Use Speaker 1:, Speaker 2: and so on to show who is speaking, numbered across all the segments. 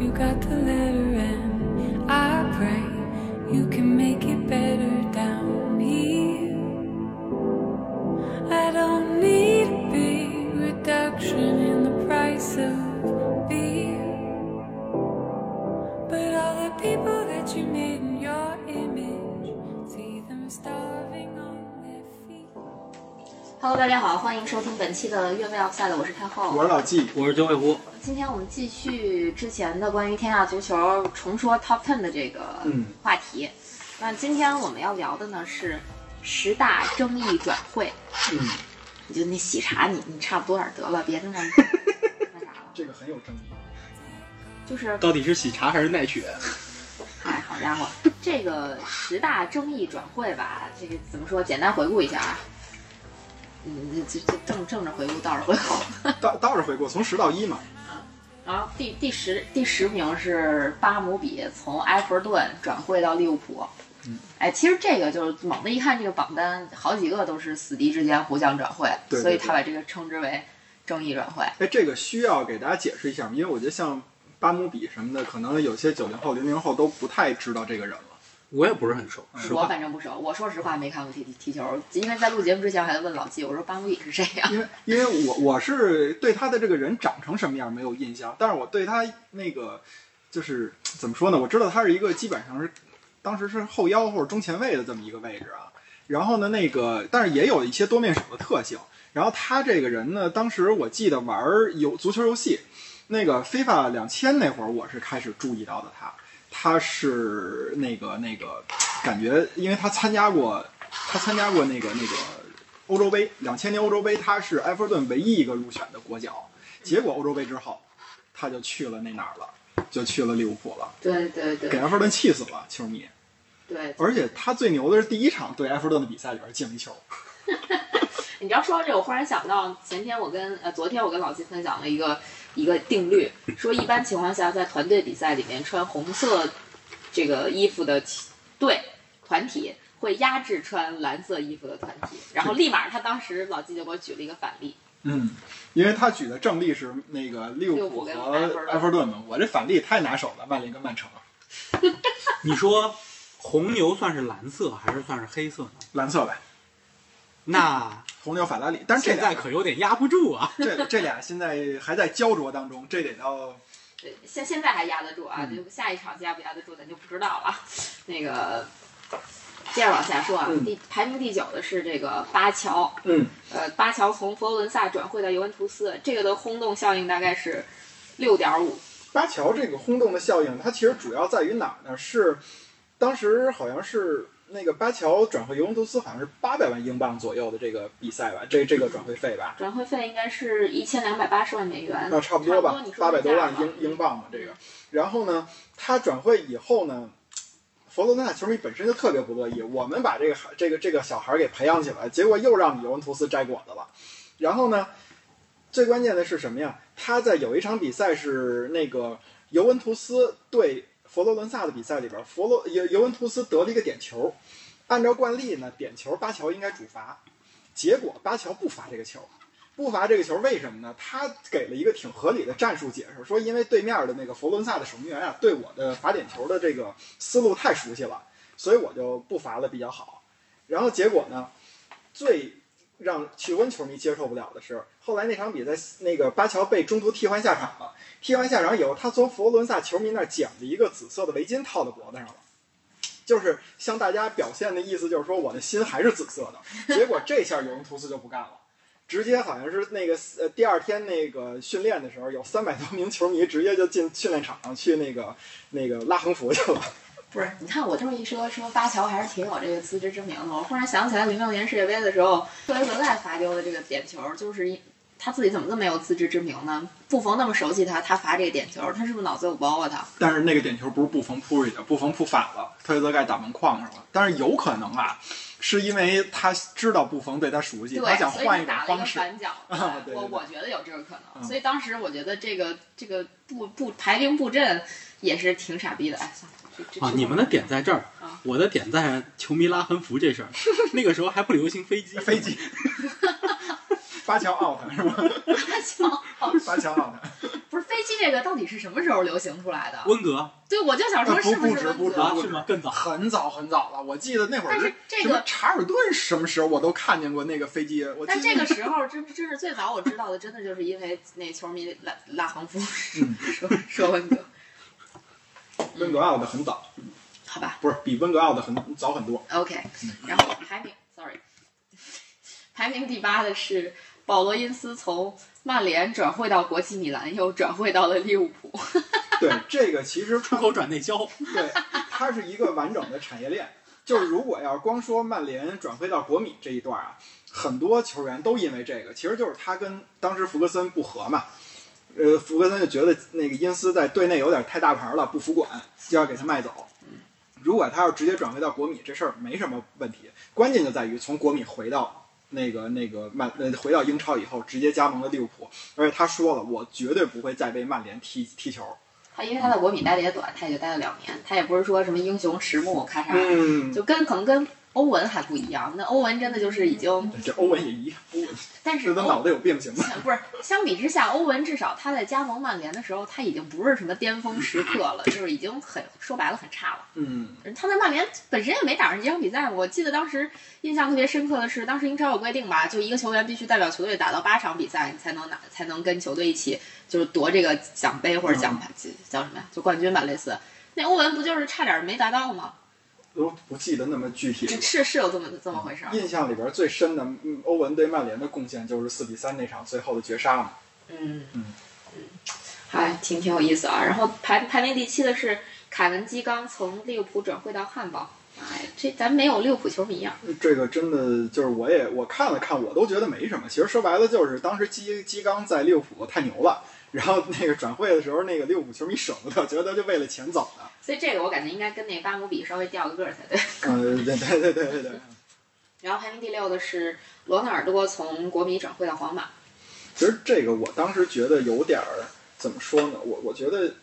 Speaker 1: you got the letter M. I pray you can make it better down here. I don't need a big reduction in the price of beer. But all the people that you made in your image, see them starving on their feet.
Speaker 2: Hello，大家好，欢迎收听本期的越位 Outside，我是太后。
Speaker 3: 我是老纪，
Speaker 4: 我是九尾狐，
Speaker 2: 今天我们继续之前的关于天下足球重说 Top Ten 的这个
Speaker 3: 嗯
Speaker 2: 话题。那今天我们要聊的呢是十大争议转会。
Speaker 3: 嗯，
Speaker 2: 你就那喜茶你，你差不多点儿得了，别那么 那啥了。
Speaker 3: 这个很有争议。
Speaker 2: 就是，
Speaker 4: 到底是喜茶还是奈雪？
Speaker 2: 哎，好家伙，这个十大争议转会吧，这个怎么说？简单回顾一下啊。嗯，这这正正着回顾，倒着回顾。
Speaker 3: 倒倒着回顾，从十到一嘛，
Speaker 2: 然后第第十第十名是巴姆比从埃弗顿转会到利物浦。
Speaker 3: 嗯，
Speaker 2: 哎，其实这个就是猛地一看这个榜单，好几个都是死敌之间互相转会，
Speaker 3: 对对
Speaker 2: 所以他把这个称之为争议转会。
Speaker 3: 哎，这个需要给大家解释一下吗？因为我觉得像巴姆比什么的，可能有些九零后、零零后都不太知道这个人了。
Speaker 4: 我也不是很熟，实
Speaker 2: 嗯我
Speaker 4: 话。
Speaker 2: 反正不熟，我说实话没看过踢踢球，因为在录节目之前我还问老季，我说巴姆比是谁啊呀、
Speaker 3: 因为因为我我是对他的这个人长成什么样没有印象，但是我对他那个就是怎么说呢？我知道他是一个基本上是当时是后腰或者中前卫的这么一个位置啊。然后呢，那个但是也有一些多面手的特性。然后他这个人呢，当时我记得玩儿游足球游戏，那个 FIFA 两千那会儿，我是开始注意到的他。他是那个那个感觉，因为他参加过他参加过那个那个欧洲杯，两千年欧洲杯，他是埃弗顿唯一一个入选的国脚。结果欧洲杯之后，他就去了那哪儿了，就去了利物浦了，
Speaker 2: 对对
Speaker 3: 给
Speaker 2: 对
Speaker 3: 埃弗顿气死了，球迷。
Speaker 2: 对，
Speaker 3: 而且他最牛的是第一场对埃弗顿的比赛里边进了一球，
Speaker 2: 你知道说到这，我忽然想到前天我跟呃昨天我跟老季分享了一个一个定律，说一般情况下在团队比赛里面穿红色这个衣服的其队团体会压制穿蓝色衣服的团体，然后立马他当时老季就给我举了一个反例，
Speaker 3: 嗯，因为他举的正例是那个利物浦
Speaker 2: 利物浦
Speaker 3: 和
Speaker 2: 跟埃
Speaker 3: 埃
Speaker 2: 弗
Speaker 3: 弗顿嘛，我这反例太拿手了，曼联跟曼城，
Speaker 4: 你说红牛算是蓝色还是算是黑色呢？
Speaker 3: 蓝色呗，
Speaker 4: 那
Speaker 3: 红牛法拉利，但
Speaker 2: 嗯
Speaker 3: 是这
Speaker 4: 现
Speaker 3: 俩
Speaker 4: 在可有点压不住啊。
Speaker 3: 这这俩现在还在焦灼当中，这得到
Speaker 2: 对，现现在还压得住啊，
Speaker 3: 嗯
Speaker 2: 就下一场压不压得住咱就不知道了。那个接着往下说啊，
Speaker 3: 嗯
Speaker 2: 第排名第九的是这个巴乔，
Speaker 3: 嗯
Speaker 2: 呃，巴乔从佛罗伦萨转会到尤文图斯，这个的轰动效应大概是六点五。
Speaker 3: 巴乔这个轰动的效应，它其实主要在于哪儿呢？是当时好像是那个巴乔转会尤文图斯，好像是八百万英镑左右的这个比赛吧，这这个转会费吧，
Speaker 2: 转会费应该是一千两百八十万美元，
Speaker 3: 那差不多吧
Speaker 2: 你，说
Speaker 3: 八百多万
Speaker 2: 一下吧
Speaker 3: 英英镑吧这个。然后呢，他转会以后呢，佛罗伦萨球迷本身就特别不乐意，我们把这个孩这个这个小孩给培养起来，结果又让尤文图斯摘果子了。然后呢，最关键的是什么呀？他在有一场比赛是那个尤文图斯对佛罗伦萨的比赛里边，佛罗尤尤文图斯得了一个点球，按照惯例呢，点球巴乔应该主罚，结果巴乔不罚这个球。不罚这个球，为什么呢？他给了一个挺合理的战术解释，说因为对面的那个佛罗伦萨的守门员啊，对我的罚点球的这个思路太熟悉了，所以我就不罚了比较好。然后结果呢，最让球温球迷接受不了的是，后来那场比赛，那个巴乔被中途替换下场了。替换下场以后，他从佛罗伦萨球迷那儿捡了一个紫色的围巾套到脖子上了。就是向大家表现的意思，就是说我的心还是紫色的。结果这下尤文图斯就不干了，直接好像是那个呃第二天那个训练的时候，有三百多名球迷直接就进训练场上去那个那个拉横幅去了。
Speaker 2: 不是，你看我这么一说，说巴乔还是挺有这个自知之明的。我忽然想起来，零六年世界杯的时候，特维伦赖罚丢的这个点球，就是一他自己怎么这么没有自知之明呢？布冯那么熟悉他，他罚这个点球，他是不是脑子有包啊？他
Speaker 3: 但是那个点球不是布冯扑出去的，布冯扑反了，特维泽盖打门框上了。但是有可能啊，是因为他知道布冯对他熟悉，他
Speaker 2: 对，
Speaker 3: 想
Speaker 2: 所以
Speaker 3: 换
Speaker 2: 他
Speaker 3: 一种
Speaker 2: 打了一
Speaker 3: 方
Speaker 2: 个
Speaker 3: 式。
Speaker 2: 反脚。
Speaker 3: 啊对
Speaker 2: 我
Speaker 3: 对对
Speaker 2: 我觉得有这个可能。
Speaker 3: 嗯
Speaker 2: 所以当时我觉得这个这个布布排兵布阵也是挺傻逼的。哎，算了，这这
Speaker 4: 啊，
Speaker 2: 这
Speaker 4: 你们的点在这儿
Speaker 2: 啊，
Speaker 4: 我的点在球迷拉横幅这 事儿。那个时候还不流行飞机，
Speaker 3: 飞机，巴乔 out 是吧？
Speaker 2: 巴乔，
Speaker 3: 巴乔 out。
Speaker 2: 不是飞机这个到底是什么时候流行出来的？
Speaker 4: 温格
Speaker 2: 对，我就想说
Speaker 3: 不
Speaker 2: 是
Speaker 3: 呃不
Speaker 2: 是
Speaker 3: 止
Speaker 2: 嗯温
Speaker 3: 不止
Speaker 2: 格？
Speaker 4: 啊是吗？更早
Speaker 3: 很早很早了，我记得那会儿
Speaker 2: 但是这
Speaker 3: 什么
Speaker 2: 个，
Speaker 3: 查尔顿什么时候我都看见过那个飞机，我记
Speaker 2: 但
Speaker 3: 得
Speaker 2: 这个时候真真是最早我知道的，真的就是因为那球迷拉拉横幅
Speaker 3: 嗯
Speaker 2: 说说温格，
Speaker 3: 温格奥的很早，
Speaker 2: 好吧
Speaker 3: 不是比温格奥的很早很多。
Speaker 2: ，OK。然后排名，sorry，排名第八的是保罗·因斯从曼联转会到国际米兰，又转会到了利物浦。
Speaker 3: 对，这个其实
Speaker 4: 出口转内销，
Speaker 3: 对，它是一个完整的产业链。就是如果要光说曼联转会到国米这一段啊，很多球员都因为这个，其实就是他跟当时弗格森不和嘛。呃，弗格森就觉得那个因斯在队内有点太大牌了，不服管，就要给他卖走。如果他要直接转会到国米，这事儿没什么问题。关键就在于从国米回到那个那个曼呃回到英超以后，直接加盟了利物浦。而且他说了，我绝对不会再被曼联踢踢球。
Speaker 2: 他因为他在国米待的也短，他也就待了两年，他也不是说什么英雄迟暮，咔嚓，
Speaker 3: 嗯，
Speaker 2: 就跟可能跟欧文还不一样。那欧文真的就是已经，
Speaker 3: 这嗯欧文也一样，欧文
Speaker 2: 但是
Speaker 3: 是他
Speaker 2: 欧
Speaker 3: 脑袋有病行吗？
Speaker 2: 不是，相比之下，欧文至少他在加盟曼联的时候，他已经不是什么巅峰时刻了，就是已经很说白了很差了。
Speaker 3: 嗯，
Speaker 2: 他在曼联本身也没打上几场比赛，我记得当时印象特别深刻的是，当时英超有规定吧，就一个球员必须代表球队打到八场比赛，你才能拿，才能跟球队一起就是夺这个奖杯或者奖牌，叫什么呀？就冠军吧，类似。那欧文不就是差点没达到吗？
Speaker 3: 都不记得那么具体。
Speaker 2: 是是有这么这么回事儿。
Speaker 3: 印象里边最深的，嗯欧文对曼联的贡献就是四比三那场最后的绝杀嘛。
Speaker 2: 嗯
Speaker 3: 嗯，
Speaker 2: 还挺挺有意思啊。然后排排名第七的是凯文基刚从利物浦转会到汉堡。哎，这咱没有利物浦球迷啊。
Speaker 3: 嗯这个真的就是我也我看了看，我都觉得没什么。其实说白了就是当时基基刚在利物浦太牛了，然后那个转会的时候，那个利物浦球迷舍不得，觉得他就为了钱走的。
Speaker 2: 所以这个我感觉应该跟那巴姆比稍微掉个个儿才对。
Speaker 3: 嗯，对对对对对对。
Speaker 2: 然后排名第六的是罗纳尔多从国米转会到皇马。
Speaker 3: 其实这个我当时觉得有点儿怎么说呢？我我觉得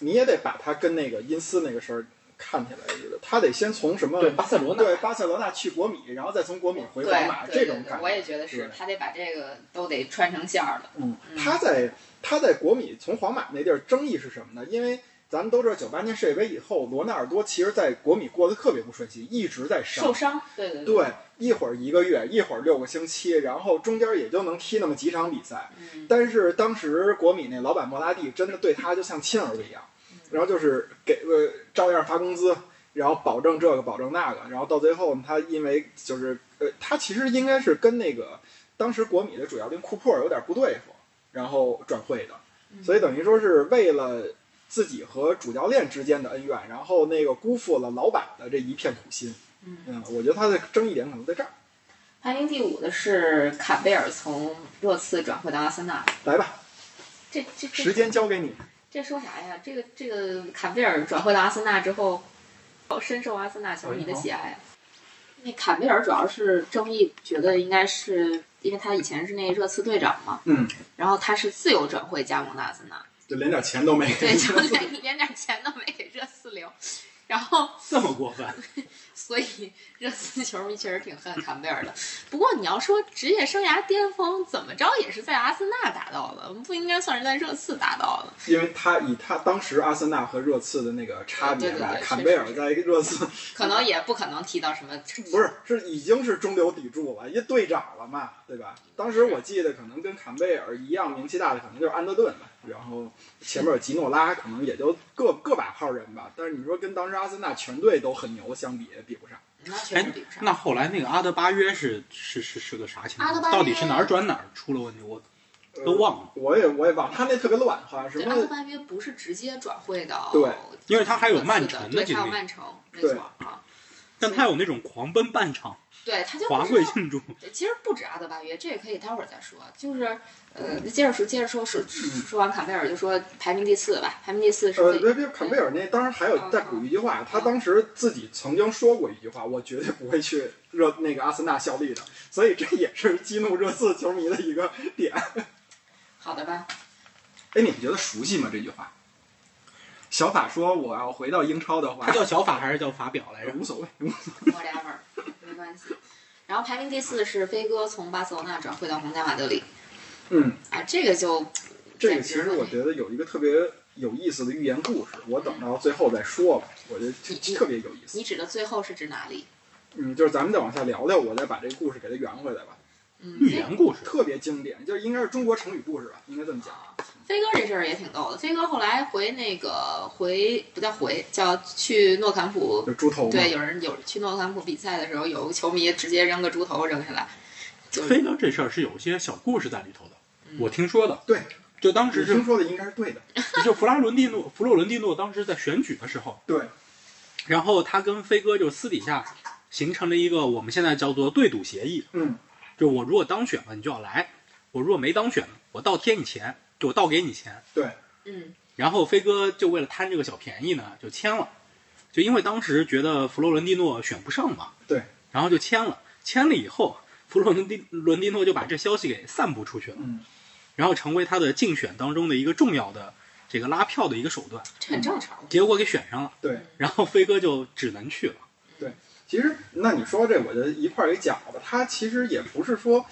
Speaker 3: 你也得把他跟那个因斯那个事儿看起来，他得先从什么
Speaker 4: 对巴塞罗那
Speaker 3: 对巴塞罗那去国米，然后再从国米回
Speaker 2: 对
Speaker 3: 皇马，
Speaker 2: 对
Speaker 3: 这
Speaker 2: 对
Speaker 3: 种
Speaker 2: 对
Speaker 3: 感，
Speaker 2: 我
Speaker 3: 觉。
Speaker 2: 也觉得
Speaker 3: 对
Speaker 2: 是，他得把这个都得穿成线儿了。
Speaker 3: 嗯
Speaker 2: 嗯，
Speaker 3: 他在他在国米从皇马那地儿争议是什么呢？因为咱们都知道，九八年世界杯以后，罗纳尔多其实在国米过得特别不顺心，一直在
Speaker 2: 受伤，对对对。
Speaker 3: 对，一会儿一个月，一会儿六个星期，然后中间也就能踢那么几场比赛。
Speaker 2: 嗯，
Speaker 3: 但是当时国米那老板莫拉蒂真的对他就像亲儿子一样，然后就是给呃照样发工资，然后保证这个保证那个，然后到最后他因为就是呃他其实应该是跟那个当时国米的主教练库珀有点不对付，然后转会的，
Speaker 2: 嗯
Speaker 3: 所以等于说是为了。自己和主教练之间的恩怨，然后那个辜负了老板的这一片苦心。
Speaker 2: 嗯
Speaker 3: 我觉得他的争议点可能在这儿。
Speaker 2: 排名第五的是坎贝尔从热刺转会到阿森纳。
Speaker 3: 来吧，
Speaker 2: 这这这
Speaker 3: 时间交给你。
Speaker 2: 这说啥呀？这个这个坎贝尔转会到阿森纳之后，深受阿森纳球迷的喜
Speaker 3: 哎
Speaker 2: 爱。啊那坎贝尔主要是争议，觉得应该是因为他以前是那热刺队长嘛，
Speaker 3: 嗯，
Speaker 2: 然后他是自由转会加盟的阿森纳，
Speaker 3: 就连点钱都没
Speaker 2: 对，就连连点钱都没给热刺留，然后
Speaker 4: 这么过分，
Speaker 2: 嗯所以 热刺球迷确实挺恨坎贝尔的。不过你要说职业生涯巅峰，怎么着也是在阿森纳达到的，不应该算是在热刺达到的。
Speaker 3: 因为他以他当时阿森纳和热刺的那个差别
Speaker 2: 啊对对
Speaker 3: 吧，
Speaker 2: 对是
Speaker 3: 坎贝尔在热刺
Speaker 2: 可能也不可能踢到什
Speaker 4: 哎
Speaker 2: 么
Speaker 3: 不是是已经是中流砥柱了，一队长了嘛，对吧？当时我记得可能跟坎贝尔一样名气大的可能就是安德顿吧，然后前面有吉诺拉，可能也就个个把号人吧。但是你说跟当时阿森纳全队都很牛相比，也比不上。
Speaker 2: 那确
Speaker 4: 哎
Speaker 2: 实比不，上。
Speaker 4: 那后来那个阿德巴约是是是是个啥情
Speaker 2: 阿德
Speaker 4: 况？
Speaker 2: 巴约
Speaker 4: 到底是哪儿转哪儿出了问题？我都忘了，
Speaker 3: 呃我也我也忘了，他那特别乱，好像什
Speaker 2: 对，阿
Speaker 3: 么
Speaker 2: 德巴约不是直接转会到
Speaker 3: 对
Speaker 2: 热
Speaker 4: 因
Speaker 2: 刺的，
Speaker 4: 为他还有曼城的
Speaker 2: 对，
Speaker 4: 经
Speaker 2: 他有
Speaker 4: 历，
Speaker 2: 曼城，没
Speaker 3: 对
Speaker 2: 错啊，
Speaker 4: 但他有那种狂奔半场、
Speaker 2: 对，他就
Speaker 4: 华
Speaker 2: 嗯不
Speaker 4: 贵
Speaker 2: 知道
Speaker 4: 庆祝，
Speaker 2: 对其实不止阿德巴约，这也可以待会儿再说。就是，呃，接着说，接着说，说说完坎贝尔就说排名第四吧，排名第四是
Speaker 3: 呃，
Speaker 2: 最
Speaker 3: 别别，坎贝尔那当时还有再补一句话，他当时自己曾经说过一句话，我绝对不会去热那个阿森纳效力的，所以这也是激怒热刺球迷的一个点。
Speaker 2: 好的吧？
Speaker 3: 哎，你们觉得熟悉吗？这句话？小法说我要回到英超的话
Speaker 4: 他，叫小法还是叫法表来着？
Speaker 2: 嗯
Speaker 3: 无所谓。
Speaker 2: whatever，没 关系。然后排名第四是飞哥从巴塞罗那转会到皇家马德里哎
Speaker 3: 嗯，
Speaker 2: 啊，这个就
Speaker 3: 这个其实我觉得有一个特别有意思的寓言故事，我等到最后再说吧。我觉得这
Speaker 2: 你
Speaker 3: 特别有意思。
Speaker 2: 你指的最后是指哪里？
Speaker 3: 嗯，就是咱们再往下聊聊，我再把这个故事给它圆回来吧。
Speaker 2: 嗯，
Speaker 4: 寓言故事，
Speaker 3: 特别经典，就应该是中国成语故事吧，应该这么讲。啊
Speaker 2: 飞哥这事儿也挺逗的。飞哥后来回那个回不叫回，叫去诺坎普，
Speaker 3: 就猪头嘛，
Speaker 2: 对，有人有去诺坎普比赛的时候，有个球迷直接扔个猪头扔下来，就
Speaker 4: 飞哥这事儿是有一些小故事在里头的
Speaker 2: 嗯，
Speaker 4: 我听说的。
Speaker 3: 对，
Speaker 4: 就当时
Speaker 3: 只
Speaker 4: 是
Speaker 3: 听说的应该是对的。
Speaker 4: 就弗拉伦蒂诺，弗洛伦蒂诺当时在选举的时候，
Speaker 3: 对，
Speaker 4: 然后他跟飞哥就私底下形成了一个我们现在叫做对赌协议，
Speaker 3: 嗯，
Speaker 4: 就我如果当选了，你就要来；我如果没当选，我倒贴你钱，就我倒给你钱。
Speaker 3: 对，
Speaker 2: 嗯
Speaker 4: 然后飞哥就为了贪这个小便宜呢，就签了，就因为当时觉得弗洛伦蒂诺选不上嘛，
Speaker 3: 对，
Speaker 4: 然后就签了。签了以后，弗洛伦蒂伦蒂诺就把这消息给散布出去了，
Speaker 3: 嗯，
Speaker 4: 然后成为他的竞选当中的一个重要的这个拉票的一个手段。
Speaker 2: 这很正常。
Speaker 4: 结果给选上了，
Speaker 3: 对。
Speaker 4: 然后飞哥就只能去了。
Speaker 3: 其实，那你说这，我就一块儿给讲了吧。他其实也不是说，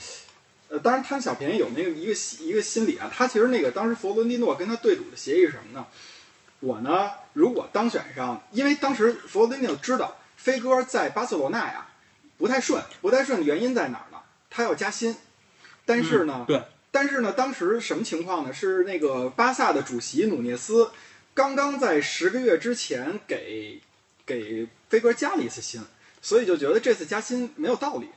Speaker 3: 呃，当然贪小便宜有那个一个心一个心理啊。他其实那个当时佛罗伦蒂诺跟他对赌的协议是什么呢？我呢，如果当选上，因为当时佛罗伦蒂诺知道飞哥在巴塞罗那呀不太顺，不太顺的原因在哪儿呢？他要加薪，但是呢，
Speaker 4: 嗯对，
Speaker 3: 但是呢，当时什么情况呢？是那个巴萨的主席努涅斯刚刚在十个月之前给给飞哥加了一次薪，所以就觉得这次加薪没有道理，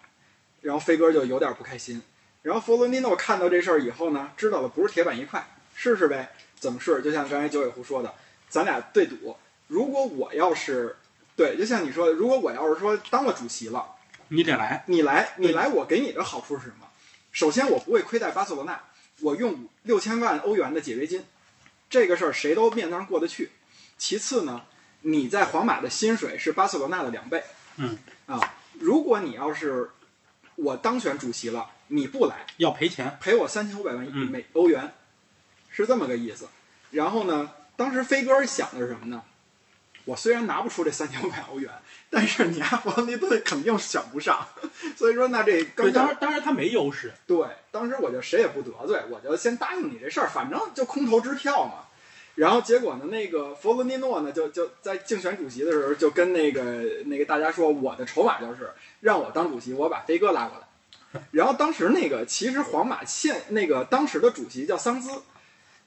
Speaker 3: 然后飞哥就有点不开心。然后佛罗伦蒂诺看到这事儿以后呢，知道了不是铁板一块，试试呗，怎么试？就像刚才九尾狐说的，咱俩对赌，如果我要是对，就像你说的，如果我要是说当了主席了。
Speaker 4: 你得来，
Speaker 3: 你来，
Speaker 4: 对
Speaker 3: 你来，我给你的好处是什么？首先，我不会亏待巴塞罗那，我用六千万欧元的解约金，这个事儿谁都面子上过得去。其次呢，你在皇马的薪水是巴塞罗那的两倍，
Speaker 4: 嗯，
Speaker 3: 啊，如果你要是我当选主席了，你不来，
Speaker 4: 要赔钱。
Speaker 3: 赔我三千五百万
Speaker 4: 嗯
Speaker 3: 美欧元，是这么个意思。然后呢，当时飞哥想的是什么呢？我虽然拿不出这三千五百欧元，但是你阿弗兰尼顿肯定选不上，所以说那这刚
Speaker 4: 对，当
Speaker 3: 才
Speaker 4: 然当然他没优势，
Speaker 3: 对，当时我就谁也不得罪，我就先答应你这事儿，反正就空头支票嘛。然后结果呢，那个佛罗尼诺呢，就就在竞选主席的时候，就跟那个那个大家说，我的筹码就是让我当主席，我把飞哥拉过来。然后当时那个其实皇马现那个当时的主席叫桑兹，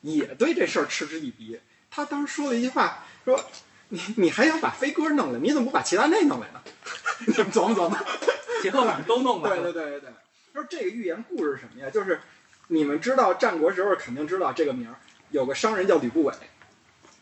Speaker 3: 也对这事儿嗤之以鼻。他当时说了一句话，说你你还想把飞哥弄来，你怎么不把齐达内弄来呢？ 你们琢磨琢磨。
Speaker 4: 结合反正都弄
Speaker 3: 对对
Speaker 4: 了。
Speaker 3: 对对对，就是这个寓言故事是什么呀？就是你们知道战国时候肯定知道这个名儿，有个商人叫吕不韦，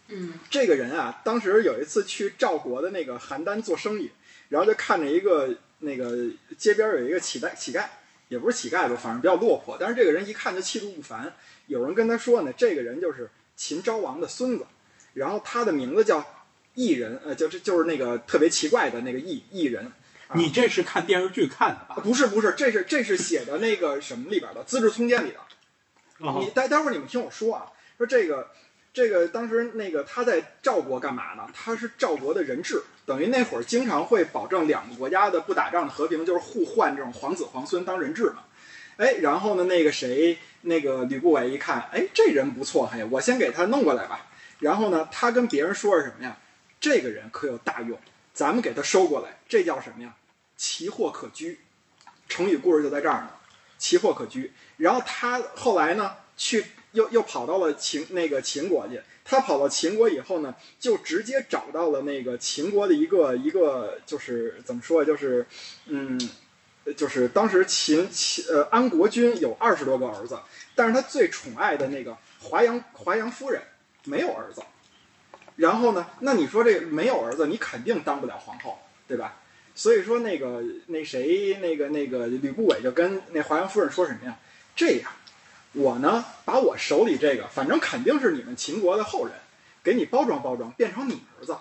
Speaker 2: 嗯
Speaker 3: 这个人啊，当时有一次去赵国的那个邯郸做生意，然后就看着一个那个街边有一个乞丐，乞丐也不是乞丐吧，反正比较落魄，但是这个人一看就气度不凡。有人跟他说呢，这个人就是秦昭王的孙子，然后他的名字叫异人，呃，就是就是那个特别奇怪的那个异异人。啊
Speaker 4: 你这是看电视剧看的吧？
Speaker 3: 不是不是，这是这是写的那个什么里边的《资治通鉴》里的。你
Speaker 4: 哦，
Speaker 3: 待待会儿你们听我说啊，说这个这个当时那个他在赵国干嘛呢？他是赵国的人质，等于那会儿经常会保证两个国家的不打仗的和平，就是互换这种皇子皇孙当人质嘛。哎，然后呢，那个谁，那个吕不韦一看，哎，这人不错，嘿，我先给他弄过来吧。然后呢，他跟别人说是什么呀？这个人可有大用，咱们给他收过来，这叫什么呀？奇货可居。成语故事就在这儿呢，奇货可居。然后他后来呢，去又又跑到了秦那个秦国去。他跑到秦国以后呢，就直接找到了那个秦国的一个一个，就是怎么说啊，就是嗯，就是当时秦秦呃安国君有二十多个儿子，但是他最宠爱的那个华阳华阳夫人没有儿子。然后呢，那你说这没有儿子，你肯定当不了皇后，对吧？所以说那个那谁那个那个吕不韦就跟那华阳夫人说什么呀？这样，我呢把我手里这个，反正肯定是你们秦国的后人，给你包装包装，变成你儿子。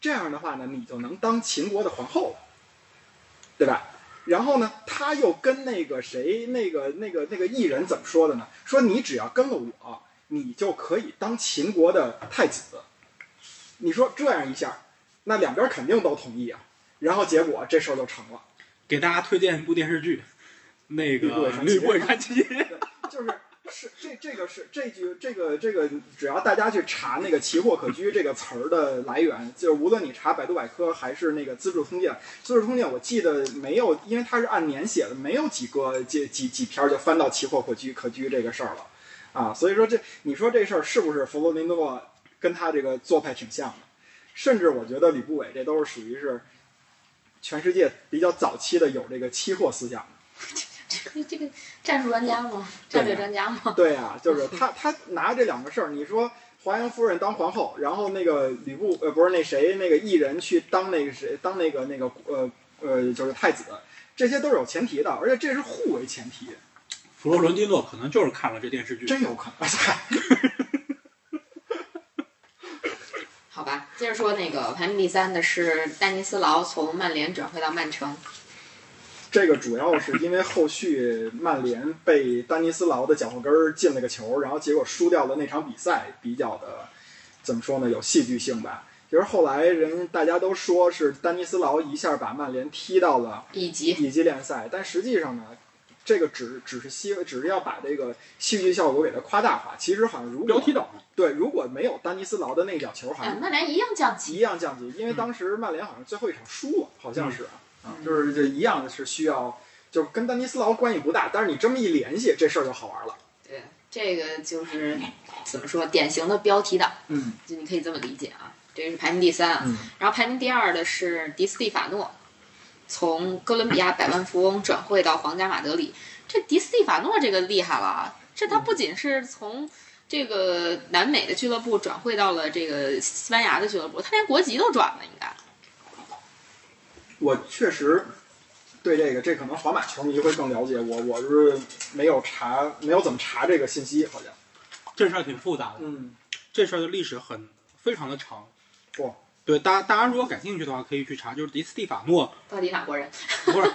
Speaker 3: 这样的话呢，你就能当秦国的皇后了，对吧？然后呢，他又跟那个谁那个那个那个艺人怎么说的呢？说你只要跟了我，你就可以当秦国的太子。你说这样一下，那两边肯定都同意啊。然后结果这事儿就成了。
Speaker 4: 给大家推荐一部电视剧，那
Speaker 3: 绿布
Speaker 4: 个
Speaker 3: 卫
Speaker 4: 《
Speaker 3: 传奇
Speaker 4: 绿布传奇》，
Speaker 3: 就是是这这个是这句这个这个，只要大家去查那个“奇货可居”这个词儿的来源，就是无论你查百度百科还是那个资治通鉴《资治通鉴》，《资治通鉴》我记得没有，因为它是按年写的，没有几个几几几篇就翻到“奇货可居”可居这个事儿了啊。所以说这你说这事儿是不是佛罗伦诺跟他这个做派挺像的？甚至我觉得吕不韦这都是属于是全世界比较早期的有这个期货思想的。
Speaker 2: 这这个战术专家吗？战略专家吗？
Speaker 3: 对啊，就是他他拿这两个事儿，你说华阳夫人当皇后，然后那个吕布呃不是那谁那个异人去当那个谁当那个那个呃呃就是太子，这些都是有前提的，而且这是互为前提，
Speaker 4: 弗洛伦蒂诺可能就是看了这电视剧，
Speaker 3: 真有可能。
Speaker 2: 好吧，接着说那个排名第三的是丹尼斯劳从曼联转会到曼城，
Speaker 3: 这个主要是因为后续曼联被丹尼斯劳的脚后跟儿进了个球，然后结果输掉了那场比赛，比较的怎么说呢，有戏剧性吧。就是后来人大家都说是丹尼斯劳一下把曼联踢到了
Speaker 2: 以及
Speaker 3: 以及联赛，但实际上呢，这个只只是希只是要把这个戏剧效果给它夸大化。其实好像如
Speaker 4: 标
Speaker 3: 果
Speaker 4: 题党。
Speaker 3: 对如果没有丹尼斯劳的那脚球，好
Speaker 2: 啊，
Speaker 3: 像
Speaker 2: 曼联一样降级。
Speaker 3: 一样降级，因为
Speaker 4: 嗯
Speaker 3: 当时曼联好像最后一场输了，好像是啊，啊
Speaker 2: 嗯
Speaker 3: 就是这一样的是需要，就是跟丹尼斯劳关系不大，但是你这么一联系，这事儿就好玩了。
Speaker 2: 对，这个就是怎么说，典型的标题党，
Speaker 3: 嗯
Speaker 2: 就你可以这么理解啊。这是排名第三啊，
Speaker 3: 嗯
Speaker 2: 然后排名第二的是迪斯蒂法诺，从哥伦比亚百万富翁转会到皇家马德里。这迪斯蒂法诺这个厉害了啊！这他不仅是从这个南美的俱乐部转会到了这个西班牙的俱乐部，他连国籍都转了，应该。
Speaker 3: 我确实对这个，这可能皇马球迷会更了解我，我是没有查，没有怎么查这个信息，好像。
Speaker 4: 这事儿挺复杂的，
Speaker 3: 嗯，
Speaker 4: 这事儿的历史很非常的长。
Speaker 3: 哇
Speaker 4: 对，大家大家如果感兴趣的话，可以去查，就是迪斯蒂法诺，
Speaker 2: 到底哪国人？
Speaker 4: 不是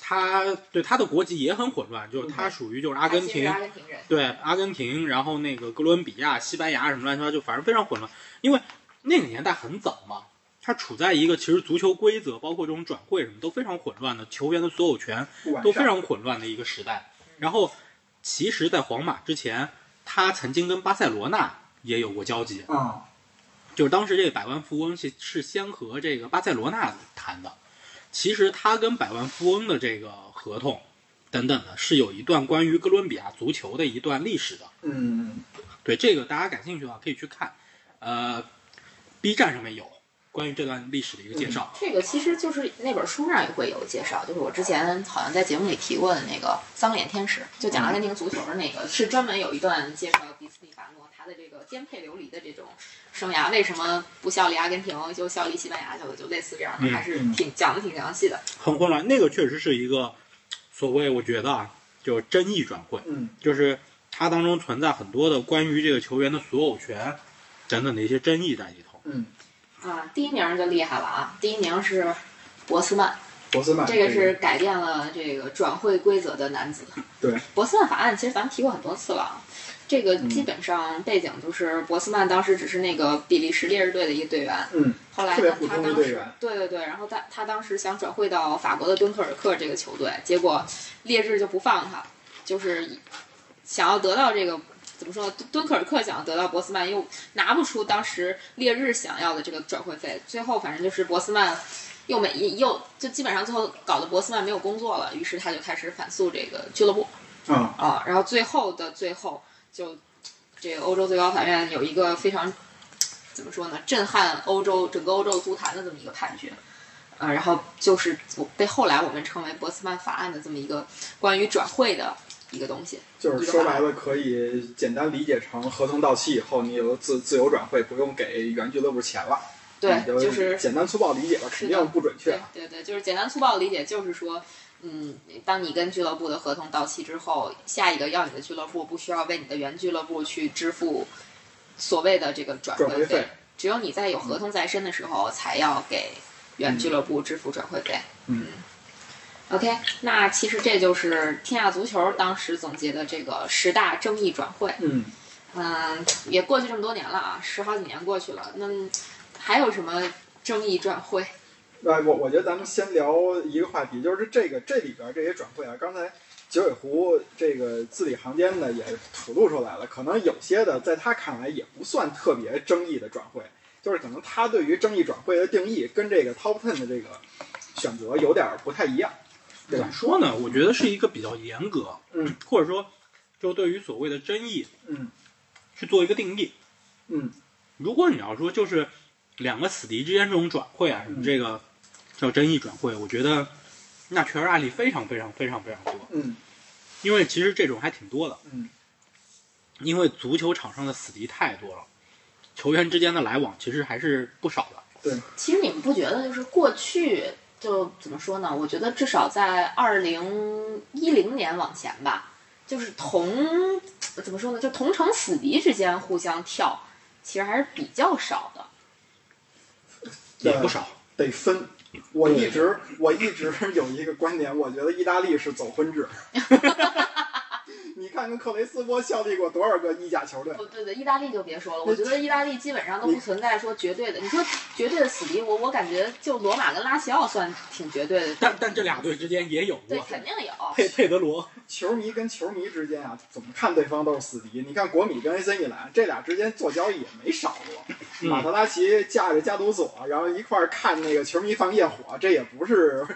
Speaker 4: 他，对他的国籍也很混乱，就是他属于就是阿根
Speaker 2: 啊他其实
Speaker 4: 廷
Speaker 2: 是，阿根廷人。
Speaker 4: 对阿根廷，然后那个哥伦比亚、西班牙什么乱七八糟，反正非常混乱。因为那个年代很早嘛，它处在一个其实足球规则，包括这种转会什么都非常混乱的，球员的所有权
Speaker 3: 不完
Speaker 4: 都
Speaker 3: 善
Speaker 4: 非常混乱的一个时代。
Speaker 2: 嗯
Speaker 4: 然后，其实，在皇马之前，他曾经跟巴塞罗那也有过交集，
Speaker 3: 啊，
Speaker 4: 就是当时这个百万富翁是是先和这个巴塞罗那谈的，其实他跟百万富翁的这个合同等等的，是有一段关于哥伦比亚足球的一段历史的。
Speaker 3: 嗯，
Speaker 4: 对这个大家感兴趣的话可以去看，呃，B 站上面有关于这段历史的一个介绍。
Speaker 2: 这个其实就是那本书上也会有介绍，就是我之前好像在节目里提过的那个《脏脸天使》，就
Speaker 4: 嗯
Speaker 2: 讲阿根廷足球的那个，是专门有一段介绍迪斯蒂法诺他的这个颠沛流离的这种生涯，为什么不效力阿根廷，就效力西班牙去了，就类似这样的，
Speaker 4: 嗯
Speaker 2: 还是挺讲的挺详细的。
Speaker 4: 很混乱，那个确实是一个所谓我觉得啊，就是争议转会，
Speaker 3: 嗯，
Speaker 4: 就是它当中存在很多的关于这个球员的所有权等等的一些争议在里头。
Speaker 3: 嗯，
Speaker 2: 啊，第一名就厉害了啊，第一名是博斯曼，
Speaker 3: 博斯曼
Speaker 2: 这个是改变了这个转会规则的男子。
Speaker 3: 对，
Speaker 2: 博斯曼法案其实咱们提过很多次了啊。这个基
Speaker 3: 嗯
Speaker 2: 本上背景就是博斯曼当时只是那个比利时烈日队的一个队员，
Speaker 3: 嗯，
Speaker 2: 后来
Speaker 3: 特别
Speaker 2: 呢
Speaker 3: 普，
Speaker 2: 他
Speaker 3: 通的
Speaker 2: 当
Speaker 3: 队
Speaker 2: 时
Speaker 3: 员
Speaker 2: 对对对，然后他他当时想转会到法国的敦刻尔克这个球队，结果劣质就不放他，就是想要得到这个怎么说？敦敦刻尔克想要得到博斯曼，又拿不出当时烈日想要的这个转会费，最后反正就是博斯曼又没又就基本上最后搞得博斯曼没有工作了，于是他就开始反诉这个俱乐部
Speaker 3: 啊，
Speaker 2: 啊，然后最后的最后就这个欧洲最高法院有一个非常怎么说呢，震撼欧洲整个欧洲足坛的这么一个判决。呃，然后就是我被后来我们称为博斯曼法案的这么一个关于转会的一个东西，
Speaker 3: 就是说白了可以简单理解成合同到期以后，你有自自由转会，不用给原俱乐部钱了。
Speaker 2: 对
Speaker 3: 你，
Speaker 2: 就是
Speaker 3: 简单粗暴理解吧，肯定不准确
Speaker 2: 对。对对，就是简单粗暴的理解，就是说，嗯，当你跟俱乐部的合同到期之后，下一个要你的俱乐部不需要为你的原俱乐部去支付所谓的这个转
Speaker 3: 转会
Speaker 2: 会
Speaker 3: 费
Speaker 2: 费，只有你在有合同在身的时候，才要给原俱乐部支付转会费。嗯
Speaker 3: 嗯
Speaker 2: OK，那其实这就是天下足球当时总结的这个十大争议转会。
Speaker 3: 嗯，
Speaker 2: 嗯，也过去这么多年了啊，十好几年过去了，那还有什么争议转会？
Speaker 3: 那我我觉得咱们先聊一个话题，就是这个这里边这些转会啊，刚才。九尾狐这个字里行间呢也吐露出来了，可能有些的在他看来也不算特别争议的转会，就是可能他对于争议转会的定义跟这个 Top Ten 的这个选择有点不太一样，对
Speaker 4: 怎
Speaker 3: 吧
Speaker 4: 么？说呢？我觉得是一个比较严格，
Speaker 3: 嗯，
Speaker 4: 或者说，就对于所谓的争议
Speaker 3: 嗯
Speaker 4: 去做一个定义。
Speaker 3: 嗯
Speaker 4: 如果你要说就是两个死敌之间这种转会啊，什么这
Speaker 3: 嗯
Speaker 4: 个叫争议转会，我觉得那确实案例非常非常非常非常多，
Speaker 3: 嗯
Speaker 4: 因为其实这种还挺多的，
Speaker 3: 嗯
Speaker 4: 因为足球场上的死敌太多了，球员之间的来往其实还是不少的。
Speaker 2: 其实你们不觉得就是过去就怎么说呢？我觉得至少在二零一零年往前吧，就是同怎么说呢，就同城死敌之间互相跳，其实还是比较少的。
Speaker 3: 对
Speaker 4: 也不少，
Speaker 3: 得分。我一直我一直有一个观点，我觉得意大利是走婚制。 你看看克雷斯波效力过多少个意甲球队？
Speaker 2: 不哦对对，意大利就别说了，我觉得意大利基本上都不存在说绝对的。你说绝对的死敌，我我感觉就罗马跟拉齐奥算挺绝对的，
Speaker 4: 但但这俩队之间也有
Speaker 2: 对，
Speaker 4: 过
Speaker 2: 肯定有。
Speaker 4: 佩佩德罗，
Speaker 3: 球迷跟球迷之间啊，怎么看对方都是死敌。你看国米跟 AC 米兰这俩之间做交易也没少过，
Speaker 4: 嗯
Speaker 3: 马特拉齐架着加图索，然后一块儿看那个球迷放焰火，这也不是，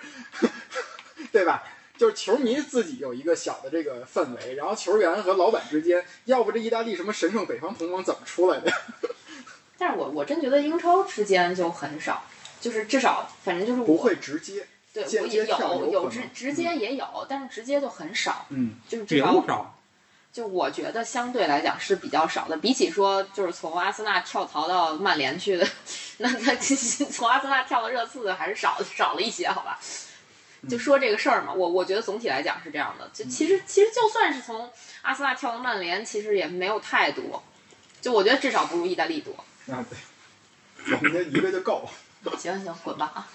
Speaker 3: 对吧？就是球迷自己有一个小的这个氛围，然后球员和老板之间，要不这意大利什么神圣北方同盟怎么出来的？
Speaker 4: 嗯
Speaker 2: 但是我我真觉得英超之间就很少，就是至少反正就是我
Speaker 3: 不会直接，
Speaker 2: 对，我
Speaker 3: 间
Speaker 2: 也
Speaker 3: 接跳
Speaker 2: 有
Speaker 3: 有
Speaker 2: 有
Speaker 3: 可
Speaker 2: 直
Speaker 3: 能
Speaker 2: 直接也有，但是直接就很少，
Speaker 3: 嗯，
Speaker 2: 就是至
Speaker 4: 也
Speaker 2: 少
Speaker 4: 不少。
Speaker 2: 就我觉得相对来讲是比较少的，比起说就是从阿森纳跳槽到曼联去的， 那那从阿森纳跳到热刺的还是少少了一些，好吧？
Speaker 3: 嗯
Speaker 2: 就说这个事儿嘛，我我觉得总体来讲是这样的。就其实其实就算是从阿森纳跳到曼联，其实也没有太多，就我觉得至少不如意大利多。
Speaker 3: 啊对，我们这一个就够了。
Speaker 2: 行行，滚吧啊！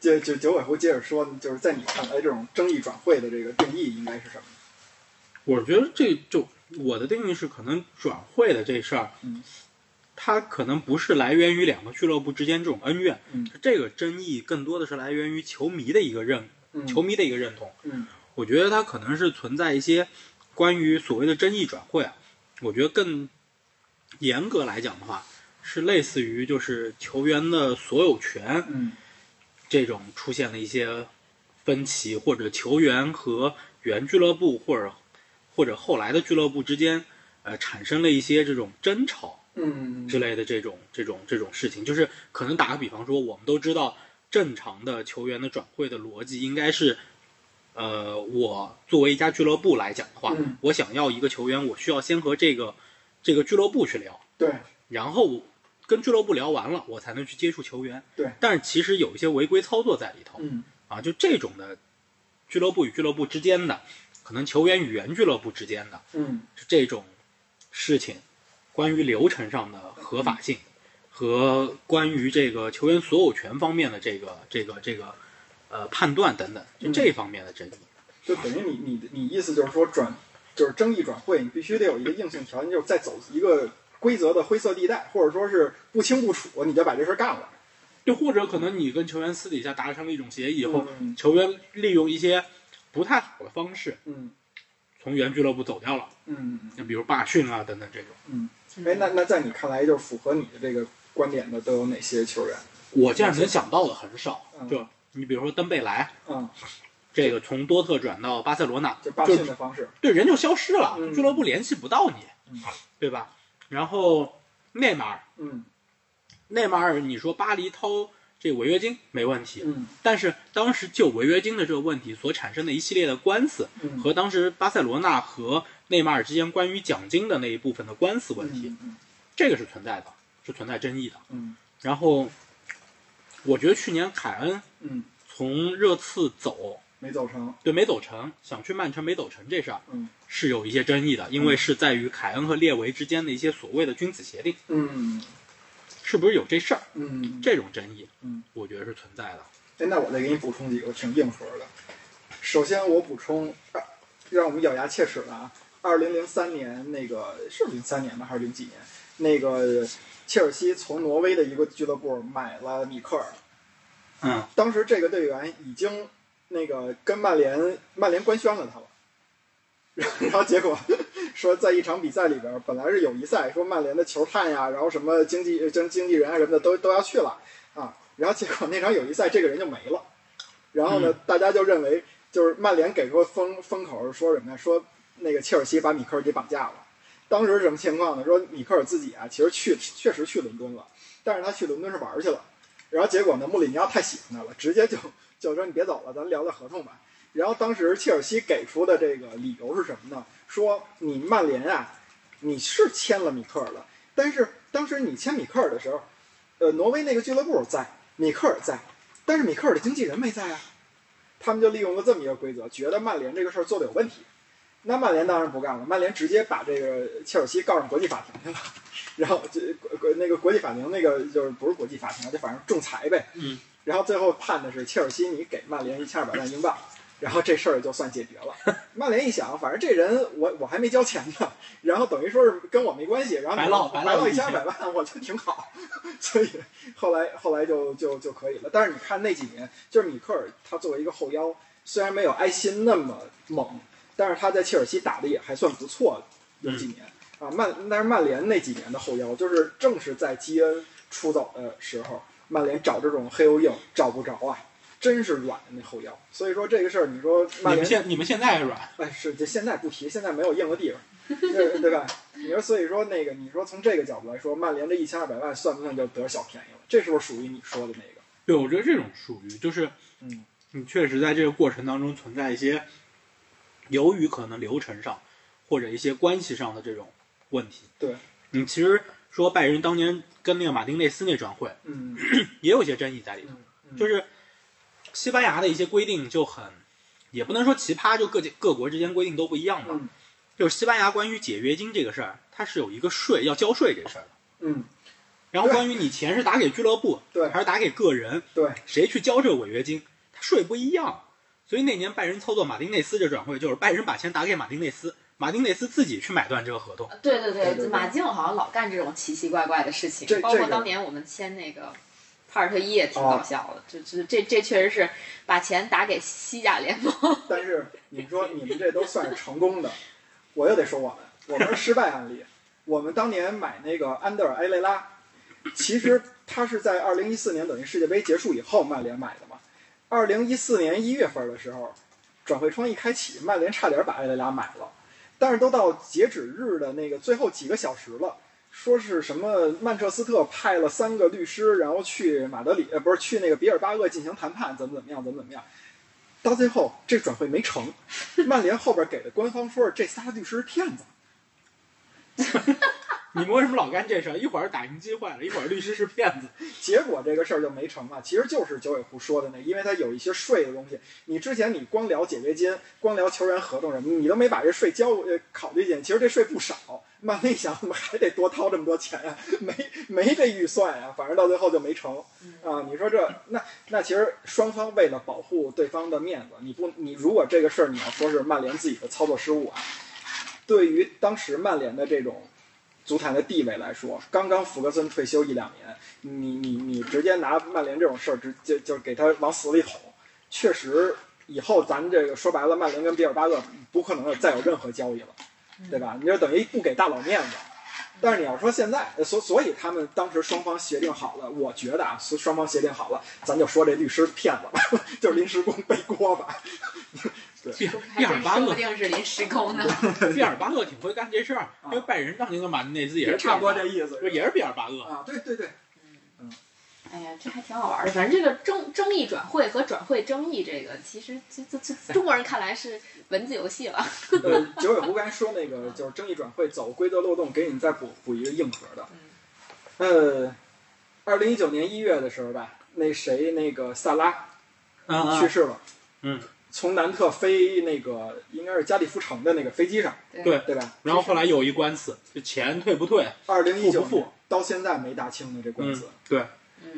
Speaker 3: 就就九尾狐接着说，就是在你看来，这种争议转会的这个定义应该是什么？
Speaker 4: 我觉得这就我的定义是，可能转会的这事儿，
Speaker 3: 嗯
Speaker 4: 它可能不是来源于两个俱乐部之间这种恩怨，
Speaker 3: 嗯
Speaker 4: 这个争议更多的是来源于球迷的一个认，
Speaker 3: 嗯
Speaker 4: 球迷的一个认同。
Speaker 3: 嗯
Speaker 4: 我觉得它可能是存在一些关于所谓的争议转会啊。我觉得更严格来讲的话，是类似于就是球员的所有权
Speaker 3: 嗯
Speaker 4: 这种出现了一些分歧，或者球员和原俱乐部或者或者后来的俱乐部之间，呃，产生了一些这种争吵
Speaker 3: 嗯
Speaker 4: 之类的这种这种这种事情。就是可能打个比方说，我们都知道正常的球员的转会的逻辑应该是。呃，我作为一家俱乐部来讲的话，
Speaker 3: 嗯
Speaker 4: 我想要一个球员，我需要先和这个这个俱乐部去聊，
Speaker 3: 对，
Speaker 4: 然后跟俱乐部聊完了，我才能去接触球员。
Speaker 3: 对
Speaker 4: 但是其实有一些违规操作在里头、
Speaker 3: 嗯
Speaker 4: 啊，就这种的俱乐部与俱乐部之间的，可能球员与原俱乐部之间的
Speaker 3: 嗯
Speaker 4: 这种事情，关于流程上的合法性、和关于这个球员所有权方面的这个这个这个呃判断等等，就
Speaker 3: 嗯
Speaker 4: 这方面的争议。
Speaker 3: 就等于你你的你意思就是说转就是争议转会，你必须得有一个硬性条件，就是再走一个规则的灰色地带，或者说是不清不楚，你就把这事儿干了。
Speaker 4: 又或者可能你跟球员私底下达成了一种协议以后，
Speaker 3: 嗯
Speaker 4: 球员利用一些不太好的方式
Speaker 3: 嗯
Speaker 4: 从原俱乐部走掉了，
Speaker 3: 嗯
Speaker 4: 就比如罢训啊等等这种。
Speaker 3: 嗯，哎，那那在你看来，就是符合你的这个观点的都有哪些球员？
Speaker 4: 我这样能想到的很少，
Speaker 3: 嗯
Speaker 4: 就你比如说登贝莱，
Speaker 3: 嗯，
Speaker 4: 这个从多特转到巴塞罗那，
Speaker 3: 就罢训的方式。
Speaker 4: 对人就消失了，
Speaker 3: 嗯
Speaker 4: 俱乐部联系不到你
Speaker 3: 嗯，
Speaker 4: 对吧？然后内马尔，
Speaker 3: 嗯
Speaker 4: 内马尔，你说巴黎掏这违约金没问题，
Speaker 3: 嗯
Speaker 4: 但是当时就违约金的这个问题所产生的一系列的官司，
Speaker 3: 嗯，
Speaker 4: 和当时巴塞罗那和内马尔之间关于奖金的那一部分的官司问题，
Speaker 3: 嗯
Speaker 4: 这个是存在的，是存在争议的。
Speaker 3: 嗯
Speaker 4: 然后，我觉得去年凯恩
Speaker 3: 嗯，
Speaker 4: 从热刺走，
Speaker 3: 没走成。
Speaker 4: 对，没走成，想去曼城没走成这事儿
Speaker 3: 嗯
Speaker 4: 是有一些争议的，因为是在于凯恩和列维之间的一些所谓的君子协定，
Speaker 3: 嗯
Speaker 4: 是不是有这事儿？
Speaker 3: 嗯，
Speaker 4: 这种争议，
Speaker 3: 嗯，
Speaker 4: 我觉得是存在的。
Speaker 3: 哎，那我再给你补充几个挺硬核的。首先，我补充，啊让我们咬牙切齿的啊，二零零三年那个是零三年吧，还是零几年？那个切尔西从挪威的一个俱乐部买了米克尔，
Speaker 4: 嗯，
Speaker 3: 当时这个队员已经那个跟曼联曼联官宣了他了，然后然后结果说在一场比赛里边，本来是友谊赛，说曼联的球探呀，然后什么经纪经经纪人啊什么的都都要去了啊，然后结果那场友谊赛这个人就没了，然后呢，大家就认为就是曼联给出封封口说什么呀？说那个切尔西把米克尔给绑架了。当时是什么情况呢？说米克尔自己啊，其实去确实去伦敦了，但是他去伦敦是玩儿去了。然后结果呢，穆里尼奥太喜欢他了，直接就就说你别走了，咱聊聊合同吧。然后当时切尔西给出的这个理由是什么呢？说你曼联啊，你是签了米克尔了，但是当时你签米克尔的时候，呃，挪威那个俱乐部在，米克尔在，但是米克尔的经纪人没在啊。他们就利用了这么一个规则，觉得曼联这个事儿做的有问题。那曼联当然不干了，曼联直接把这个切尔西告上国际法庭去了。然后这国国那个国际法庭那个就是不是国际法庭，啊就反正仲裁呗。
Speaker 4: 嗯。
Speaker 3: 然后最后判的是切尔西，你给曼联一千二百万英镑，然后这事儿就算解决 了。曼联一想，反正这人我我还没交钱呢，然后等于说是跟我没关系，然后
Speaker 4: 白唠
Speaker 3: 白
Speaker 4: 白唠
Speaker 3: 一
Speaker 4: 一
Speaker 3: 千二
Speaker 4: 千
Speaker 3: 百万，我觉得挺好。 所以后来后来就就就可以了。但是你看那几年，就是米克尔他作为一个后腰，虽然没有埃辛那么猛，但是他在切尔西打的也还算不错，有几年、
Speaker 4: 嗯
Speaker 3: 啊曼，但是曼联那几年的后腰，就是正是在基恩出走的时候，曼联找这种黑又硬找不着啊，真是软的那后腰。所以说这个事儿，你说曼
Speaker 4: 你们
Speaker 3: 联
Speaker 4: 现你们现在是吧？
Speaker 3: 哎，是这现在不提，现在没有硬的地方，对对吧？你说，所以说那个，你说从这个角度来说，曼联这一千二百万算不算就得小便宜了？这是不是属于你说的那个？
Speaker 4: 对，我觉得这种属于就是
Speaker 3: 嗯，
Speaker 4: 你确实在这个过程当中存在一些，由于可能流程上或者一些关系上的这种问题。
Speaker 3: 对，
Speaker 4: 你其实说拜仁当年跟那个马丁内斯那转会
Speaker 3: 嗯，
Speaker 4: 也有一些争议在里头，
Speaker 3: 嗯
Speaker 4: 就是西班牙的一些规定就很，也不能说奇葩，就各各国之间规定都不一样嘛。
Speaker 3: 嗯
Speaker 4: 就是西班牙关于解约金这个事儿，它是有一个税要交税这事儿的。
Speaker 3: 嗯，
Speaker 4: 然后
Speaker 3: 对
Speaker 4: 关于你钱是打给俱乐部，
Speaker 3: 对
Speaker 4: 还是打给个人，
Speaker 3: 对，
Speaker 4: 谁去交这个违约金，它税不一样。所以那年拜仁操作马丁内斯这转会，就是拜仁把钱打给马丁内斯，马丁内斯自己去买断这个合同。
Speaker 2: 对对
Speaker 3: 对
Speaker 2: 对，
Speaker 3: 对对
Speaker 2: 马竞好像老干这种奇奇怪怪的事情
Speaker 3: 这，
Speaker 2: 包
Speaker 3: 这
Speaker 2: 括
Speaker 3: 个哦
Speaker 2: 当年我们签那个帕尔特伊也挺搞笑的，这这这这确实是把钱打给西甲联盟。
Speaker 3: 但是你说你们这都算是成功的，我又得说我们，我们是失败案例。我们当年买那个安德尔埃雷拉，其实他是在二零一四年等于世界杯结束以后曼联买的嘛。二零一四年一月份的时候，转会窗一开启，曼联差点把埃雷拉买了，但是都到截止日的那个最后几个小时了。说是什么曼彻斯特派了三个律师，然后去马德里，呃，不是去那个比尔巴鄂进行谈判，怎么怎么样，怎么怎么样。到最后这转会没成，曼联后边给的官方说是这仨律师是骗子，
Speaker 4: 你们为什么老干这事儿？一会儿打印机坏了，一会儿律师是骗 子。
Speaker 3: 结果这个事儿就没成嘛。其实就是九尾狐说的那，因为它有一些税的东西，你之前你光聊解约金，光聊球员合同什么，你都没把这税交呃考虑进去。其实这税不少，曼联一想我们还得多掏这么多钱呀、 没没这预算呀、反正到最后就没成啊。你说这那那其实双方为了保护对方的面子，你不你如果这个事儿你要说是曼联自己的操作失误啊，对于当时曼联的这种足坛的地位来说，刚刚福格森退休一两年，你你你直接拿曼联这种事儿，直就就给他往死里捅，确实以后咱们这个说白了，曼联跟比尔巴鄂不可能有再有任何交易了，对吧？你就等于不给大佬面子。但是你要说现在，呃所所以他们当时双方协定好了，我觉得啊，所双方协定好了，咱就说这律师骗子吧， 就是临时工背锅吧。
Speaker 4: 毕尔巴
Speaker 2: 说不
Speaker 4: 鄂，
Speaker 2: 定是临时工呢。
Speaker 4: 毕尔巴鄂挺会干这事儿，因为拜仁当年的马丁内斯也是
Speaker 3: 啊差不多这
Speaker 4: 骗
Speaker 3: 意
Speaker 4: 子
Speaker 3: 思
Speaker 4: 不是也是毕尔巴鄂。
Speaker 3: 啊，对对对，
Speaker 2: 哎呀，这还挺好玩儿的。反正这个争争议转会和转会争议，这个其实这这这中国人看来是文字游戏了。
Speaker 3: 呃，九尾狐刚才说那个就是争议转会走规则漏洞，给你们再补补一个硬核的。呃，二零一九年一月的时候吧，那谁那个萨拉
Speaker 4: 啊
Speaker 3: 去世了，
Speaker 4: 嗯，
Speaker 3: 从南特飞那个应该是加利福城的那个飞机上，
Speaker 4: 对
Speaker 3: 对吧？
Speaker 4: 然后后来有一官司，就钱退不退？
Speaker 3: 二零一九
Speaker 4: 付不
Speaker 3: 年
Speaker 4: 付
Speaker 3: 到现在没打清的这官
Speaker 4: 嗯
Speaker 3: 司，，
Speaker 4: 对，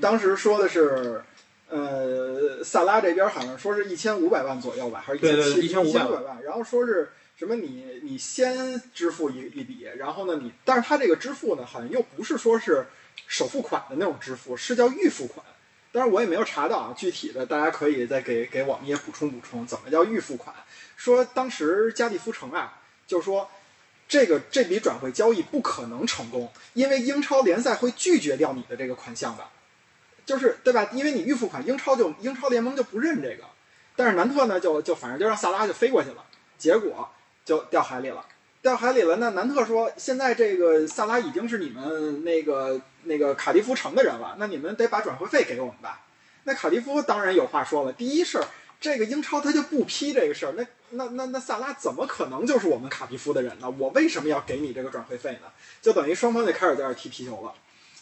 Speaker 3: 当时说的是。呃，萨拉这边好像说是一千五百万左右吧，还是
Speaker 4: 对对对
Speaker 3: 一千五
Speaker 4: 1500
Speaker 3: 百万，然后说是什么你你先支付一一笔，然后呢你，但是他这个支付呢，好像又不是说是首付款的那种支付，是叫预付款，但是我也没有查到啊，具体的大家可以再给给网页补充补充，怎么叫预付款？说当时加利夫城啊，就说这个这笔转会交易不可能成功，因为英超联赛会拒绝掉你的这个款项的，就是对吧？因为你预付款，英超就英超联盟就不认这个。但是南特呢，就就反正就让萨拉就飞过去了，结果就掉海里了。掉海里了，那南特说，现在这个萨拉已经是你们那个那个卡迪夫城的人了，那你们得把转会费给我们吧。那卡迪夫当然有话说了，第一是这个英超他就不批这个事儿，那那那那萨拉怎么可能就是我们卡迪夫的人呢？我为什么要给你这个转会费呢？就等于双方就开始在这儿踢皮球了。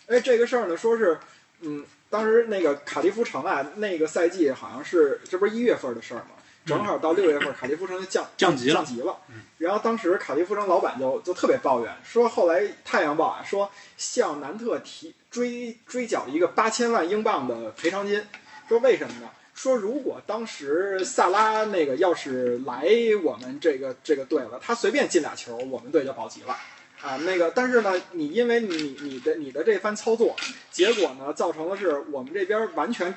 Speaker 3: 哎，这个事儿呢，说是嗯，当时那个卡迪夫城啊，那个赛季好像是这不是一月份的事儿吗？正好到六月份，卡迪夫城就降
Speaker 4: 嗯降级了嗯
Speaker 3: 降级了。然后当时卡迪夫城老板就就特别抱怨，说后来《太阳报》啊说向南特提追追缴一个八千万英镑的赔偿金，说为什么呢？说如果当时萨拉那个要是来我们这个这个队了，他随便进俩球，我们队就保级了。啊，那个，但是呢，你因为你你的你的这番操作，结果呢，造成了是我们这边完全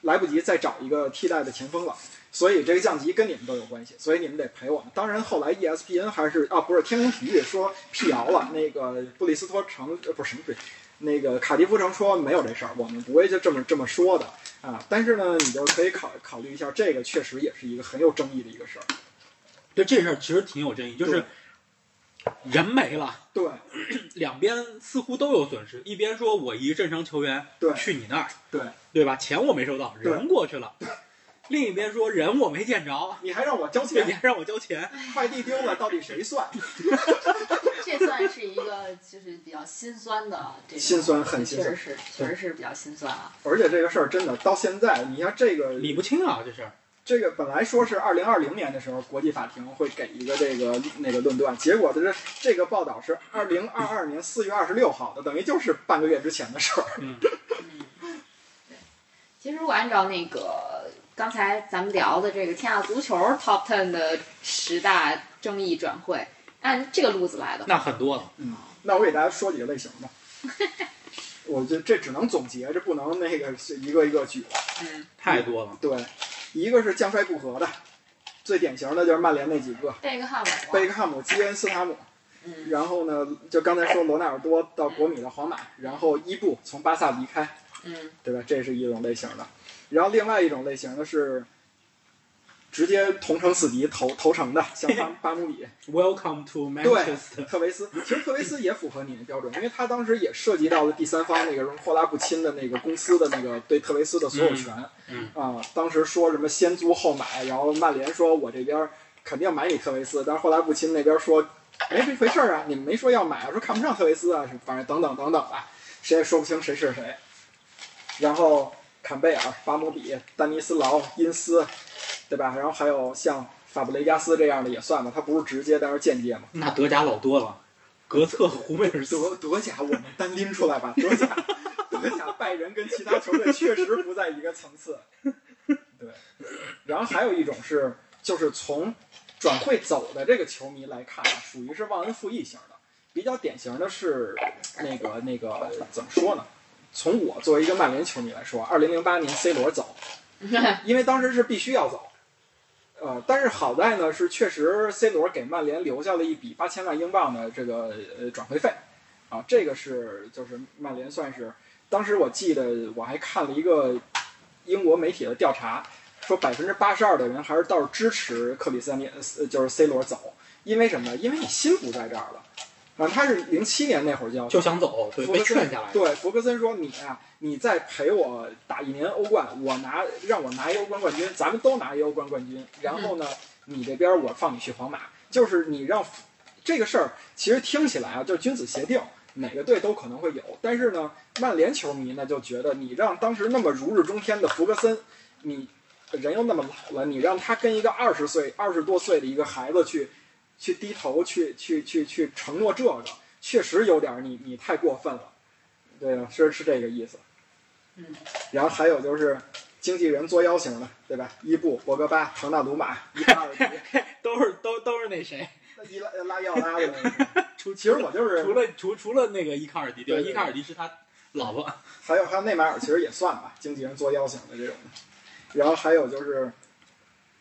Speaker 3: 来不及再找一个替代的前锋了，所以这个降级跟你们都有关系，所以你们得赔我们。当然，后来 E ESPN 还是啊，不是天空体育说辟谣了，那个布里斯托城呃不是什么队，那个卡迪夫城说没有这事儿，我们不会就这么这么说的啊。但是呢，你就可以考考虑一下，这个确实也是一个很有争议的一个事儿。
Speaker 4: 对这事儿其实挺有争议，就是人没了，
Speaker 3: 对
Speaker 4: 两边似乎都有损失。一边说我一正常球员
Speaker 3: 对
Speaker 4: 去你那儿，
Speaker 3: 对，
Speaker 4: 对吧？钱我没收到，
Speaker 3: 对
Speaker 4: 人过去了。另一边说人我没见着，
Speaker 3: 你还让我交
Speaker 4: 对，你
Speaker 3: 钱，
Speaker 4: 还让我交钱，
Speaker 3: 快递丢了，到底谁算？
Speaker 2: 这算是一个就是比较心酸的这个，
Speaker 3: 心酸很心
Speaker 2: 确
Speaker 3: 酸
Speaker 2: 实是，确实是比较心酸啊。
Speaker 3: 而且这个事儿真的到现在，你像这个
Speaker 4: 理不清啊，这事儿。
Speaker 3: 这个本来说是二零二零年的时候，国际法庭会给一个这个那个论断，结果的这这个报道是二零二二年四月二十六号的，等于就是半个月之前的事儿。
Speaker 4: 嗯，
Speaker 2: 其实如果按照那个刚才咱们聊的这个天下足球 Top Ten 的十大争议转会，按这个路子来的话，
Speaker 4: 那很多了。
Speaker 3: 嗯那我给大家说几个类型吧，我觉得这只能总结，这不能那个是一个一个举了。
Speaker 2: 嗯，
Speaker 4: 太多了。
Speaker 3: 对，一个是将帅不和的，最典型的就是曼联那几个，
Speaker 2: 贝克汉姆啊，
Speaker 3: 贝克汉姆、基恩、斯塔姆，
Speaker 2: 嗯，
Speaker 3: 然后呢，就刚才说罗纳尔多到国米的皇马，然后伊布从巴萨离开。
Speaker 2: 嗯
Speaker 3: 对吧？这是一种类型的。然后另外一种类型的是直接同城死敌投投诚的，像巴巴姆比、
Speaker 4: Welcome to Manchester。
Speaker 3: 特维斯。其实特维斯也符合你的标准，因为他当时也涉及到了第三方那个什么霍拉布钦的那个公司的那个对特维斯的所有权。
Speaker 4: 嗯
Speaker 3: 啊，当时说什么先租后买，然后曼联说我这边肯定买你特维斯，但是霍拉布钦那边说没这回事儿啊，你们没说要买啊，说看不上特维斯啊，什么反正等等等等吧，谁也说不清谁是谁。然后坎贝尔、巴姆比、丹尼斯劳、因斯，对吧？然后还有像法布雷加斯这样的也算吧，他不是直接，但是间接嘛。
Speaker 4: 那德甲老多了，格策、胡梅尔斯。
Speaker 3: 德德甲我们单拎出来吧，德甲德甲拜仁跟其他球队确实不在一个层次。对，然后还有一种是，就是从转会走的这个球迷来看啊，属于是忘恩负义型的。比较典型的是那个那个怎么说呢？从我作为一个曼联球迷来说，啊二零零八年 C 罗走，因为当时是必须要走。呃，但是好在呢，是确实 C 罗给曼联留下了一笔八千万英镑的这个呃转会费，啊，这个是就是曼联算是，当时我记得我还看了一个英国媒体的调查，说百分之八十二的人还是倒是支持克里斯蒂安尼，呃就是 C 罗走，因为什么呢？因为你心不在这儿了，啊，他是零七年那会儿就
Speaker 4: 就想走，对，
Speaker 3: 弗
Speaker 4: 被
Speaker 3: 格森
Speaker 4: 劝下来。
Speaker 3: 对，弗格森说：“你啊，你再陪我打一年欧冠，我拿让我拿一欧冠冠军，咱们都拿一欧冠冠军。然后呢，你这边我放你去皇马，就是你让这个事儿，其实听起来啊，就是君子协定，哪个队都可能会有。但是呢，曼联球迷呢就觉得，你让当时那么如日中天的弗格森，你人又那么老了，你让他跟一个二十岁、二十多岁的一个孩子去去低头去去去去承诺这个，确实有点儿你你太过分了，对啊，是是这个意思。
Speaker 2: 嗯，
Speaker 3: 然后还有就是经纪人作妖型的，对吧？伊布、博格巴、唐纳鲁马、伊巴尔迪、
Speaker 4: 都是都都是那谁，
Speaker 3: 伊拉拉伊奥拉的那个。
Speaker 4: 除
Speaker 3: 其实我就是
Speaker 4: 除了除除了那个伊卡尔迪，对，
Speaker 3: 对对
Speaker 4: 伊卡尔迪是他老婆，
Speaker 3: 还有还有内马尔其实也算吧，经纪人做邀请的这种。然后还有就是，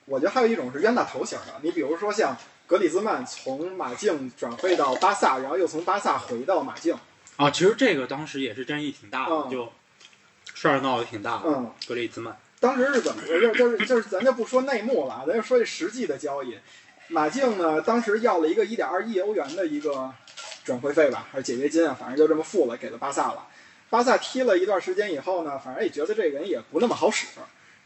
Speaker 3: 我觉得还有一种是冤大头型的，你比如说像格里兹曼从马竞转会到巴萨，然后又从巴萨回到马竞，
Speaker 4: 啊，其实这个当时也是争议挺大的，
Speaker 3: 嗯
Speaker 4: 就事儿闹得挺大的。
Speaker 3: 嗯，
Speaker 4: 格里兹曼，
Speaker 3: 当时是怎么回事？就是就是，咱就不说内幕了啊，咱就说这实际的交易。马竞呢，当时要了一个1.2亿欧元的一个转会费吧，还是解约金啊，反正就这么付了，给了巴萨了。巴萨踢了一段时间以后呢，反正也觉得这人也不那么好使，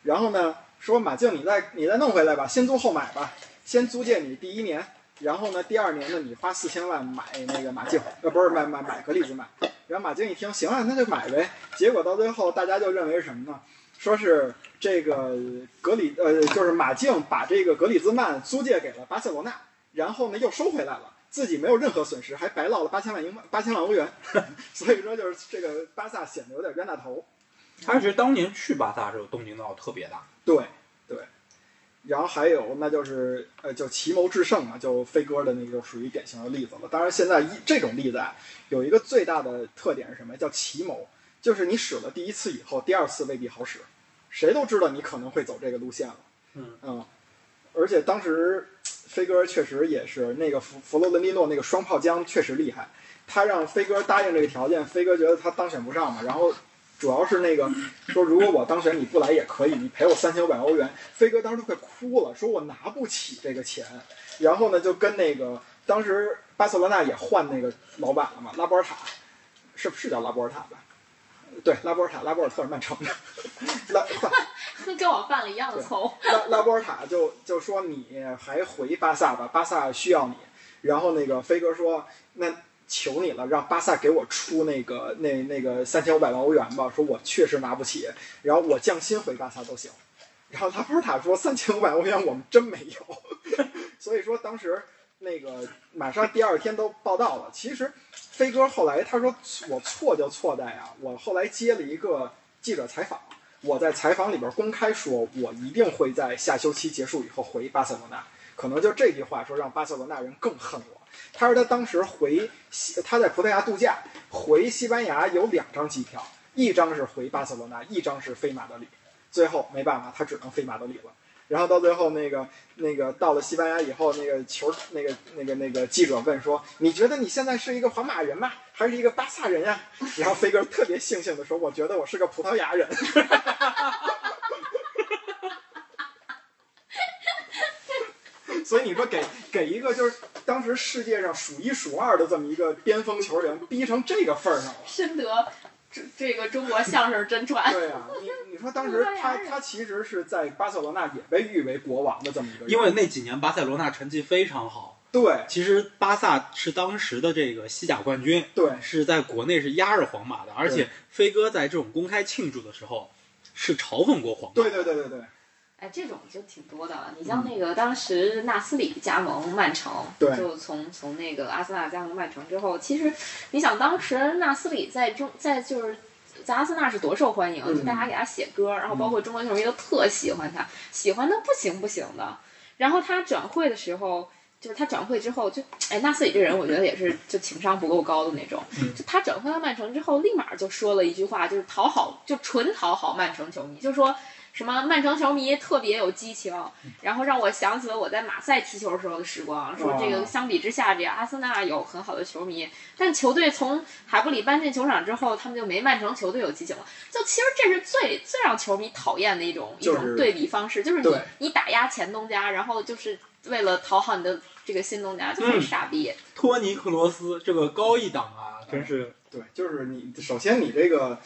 Speaker 3: 然后呢，说马竞你再你再弄回来吧，先租后买吧，先租借你第一年，然后呢，第二年呢，你花四千万买那个马竞，呃，不是买买买格里兹曼。然后马竞一听，行啊，那就买呗。结果到最后，大家就认为是什么呢？说是这个格里呃，就是马竞把这个格里兹曼租借给了巴塞罗那，然后呢又收回来了，自己没有任何损失，还白落了八千万英八千万欧元。 所以说就是这个巴萨显得有点冤大头。
Speaker 4: 他其实当年去巴萨的时候动静闹得特别大。
Speaker 3: 对对，然后还有那就是呃，就奇谋制胜嘛，就飞哥的那个就属于典型的例子了。当然，现在一这种例子啊，有一个最大的特点是什么？叫奇谋，就是你使了第一次以后，第二次未必好使，谁都知道你可能会走这个路线了。
Speaker 4: 嗯
Speaker 3: 而且当时飞哥确实也是那个弗弗洛伦蒂诺那个双炮将确实厉害，他让飞哥答应这个条件，飞哥觉得他当选不上嘛，然后主要是那个说如果我当选你不来也可以，你赔我三千五百欧元，飞哥当时都快哭了，说我拿不起这个钱，然后呢就跟那个当时巴塞罗那也换那个老板了嘛，拉波尔塔，是不是叫拉波尔塔吧？对，拉波尔塔，拉波尔特是曼城的，拉
Speaker 2: 跟我犯了一样的错误。
Speaker 3: 拉拉波尔塔就就说你还回巴萨吧，巴萨需要你。然后那个飞哥说，那求你了，让巴萨给我出那个那那个三千五百万欧元吧，说我确实拿不起，然后我降薪回巴萨都行。然后拉波尔塔说三千五百欧元我们真没有， 所以说当时那个马上第二天都报道了。其实飞哥后来他说我错就错在啊，我后来接了一个记者采访，我在采访里边公开说，我一定会在下休期结束以后回巴塞罗那。可能就这句话说让巴塞罗那人更恨我。他说他当时回西，他在葡萄牙度假，回西班牙有两张机票，一张是回巴塞罗那，一张是飞马德里。最后没办法，他只能飞马德里了。然后到最后那个那个到了西班牙以后，那个球那个那个那个记者问说：“你觉得你现在是一个皇马人吗？还是一个巴萨人呀、然后飞哥特别悻悻的说：“我觉得我是个葡萄牙人。”所以你说给给一个就是当时世界上数一数二的这么一个边锋球员逼成这个份儿上了，
Speaker 2: 深得这这个中国相声真传。
Speaker 3: 对啊，你你说当时
Speaker 2: 啊
Speaker 3: 他他其实是在巴塞罗那也被誉为国王的这么一个人，
Speaker 4: 因为那几年巴塞罗那成绩非常好，
Speaker 3: 对
Speaker 4: 其实巴萨是当时的这个西甲冠军，
Speaker 3: 对
Speaker 4: 是在国内是压着皇马的，而且飞哥在这种公开庆祝的时候是嘲讽过皇马。
Speaker 3: 对对对对对
Speaker 2: 哎，这种就挺多的。你像那个当时纳斯里加盟曼城，
Speaker 3: 嗯对
Speaker 2: 就从从那个阿森纳加盟曼城之后，其实你想当时纳斯里在中在就是。在阿森纳是多受欢迎，
Speaker 3: 嗯
Speaker 2: 就大家给他写歌，然后包括中国球迷都特喜欢他，喜欢的不行不行的。然后他转会的时候，就是他转会之后就，哎，纳斯里这人我觉得也是就情商不够高的那种。
Speaker 3: 嗯
Speaker 2: 就他转会到曼城之后，立马就说了一句话，就是讨好，就纯讨好曼城球迷，就说什么曼城球迷特别有激情，
Speaker 3: 嗯
Speaker 2: 然后让我想起了我在马赛踢球时候的时光。说这
Speaker 3: 哦
Speaker 2: 个相比之下，这阿森纳有很好的球迷，但球队从海布里搬进球场之后，他们就没曼城球队有激情了。就其实这是最最让球迷讨厌的一种、
Speaker 3: 就是
Speaker 2: 一种对比方式，就是你
Speaker 3: 对
Speaker 2: 你打压前东家，然后就是为了讨好你的这个新东家，就
Speaker 4: 嗯
Speaker 2: 很傻逼。
Speaker 4: 托尼克罗斯这个高一档啊，真是
Speaker 3: 对，就是你首先你这个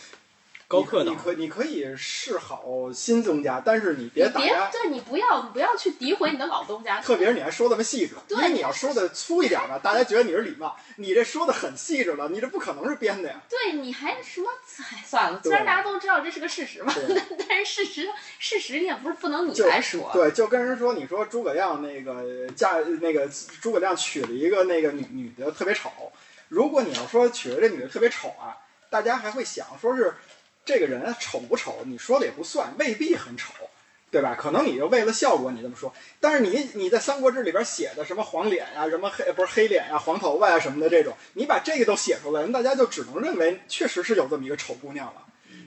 Speaker 4: 高客
Speaker 3: 你
Speaker 4: 档啊
Speaker 3: 你。可你可以示好新增加，但是你别
Speaker 2: 你
Speaker 3: 打
Speaker 2: 别
Speaker 3: 压，
Speaker 2: 对你不要你不要去诋毁你的老东家，
Speaker 3: 特别是你还说那么细致，因
Speaker 2: 对
Speaker 3: 为你要说的粗一点吧，大家觉得你是礼貌，你这说的很细致了，你这不可能是编的呀。
Speaker 2: 对你还什么？哎，算了，虽
Speaker 3: 对
Speaker 2: 然大家都知道这是个事实吧，
Speaker 3: 对
Speaker 2: 但是事实事实你也不是不能你
Speaker 3: 就
Speaker 2: 来说，
Speaker 3: 对，就跟人说，你说诸葛亮那个嫁那个诸葛亮娶了一个那个女女的特别丑，如果你要说娶了这女的特别丑啊，大家还会想说是这个人丑不丑，你说的也不算，未必很丑。对吧？可能你就为了效果你这么说，但是你你在《三国志》里边写的什么黄脸呀、什么黑不是黑脸呀、黄头发啊呀、什么的这种，你把这个都写出来，那大家就只能认为确实是有这么一个丑姑娘了。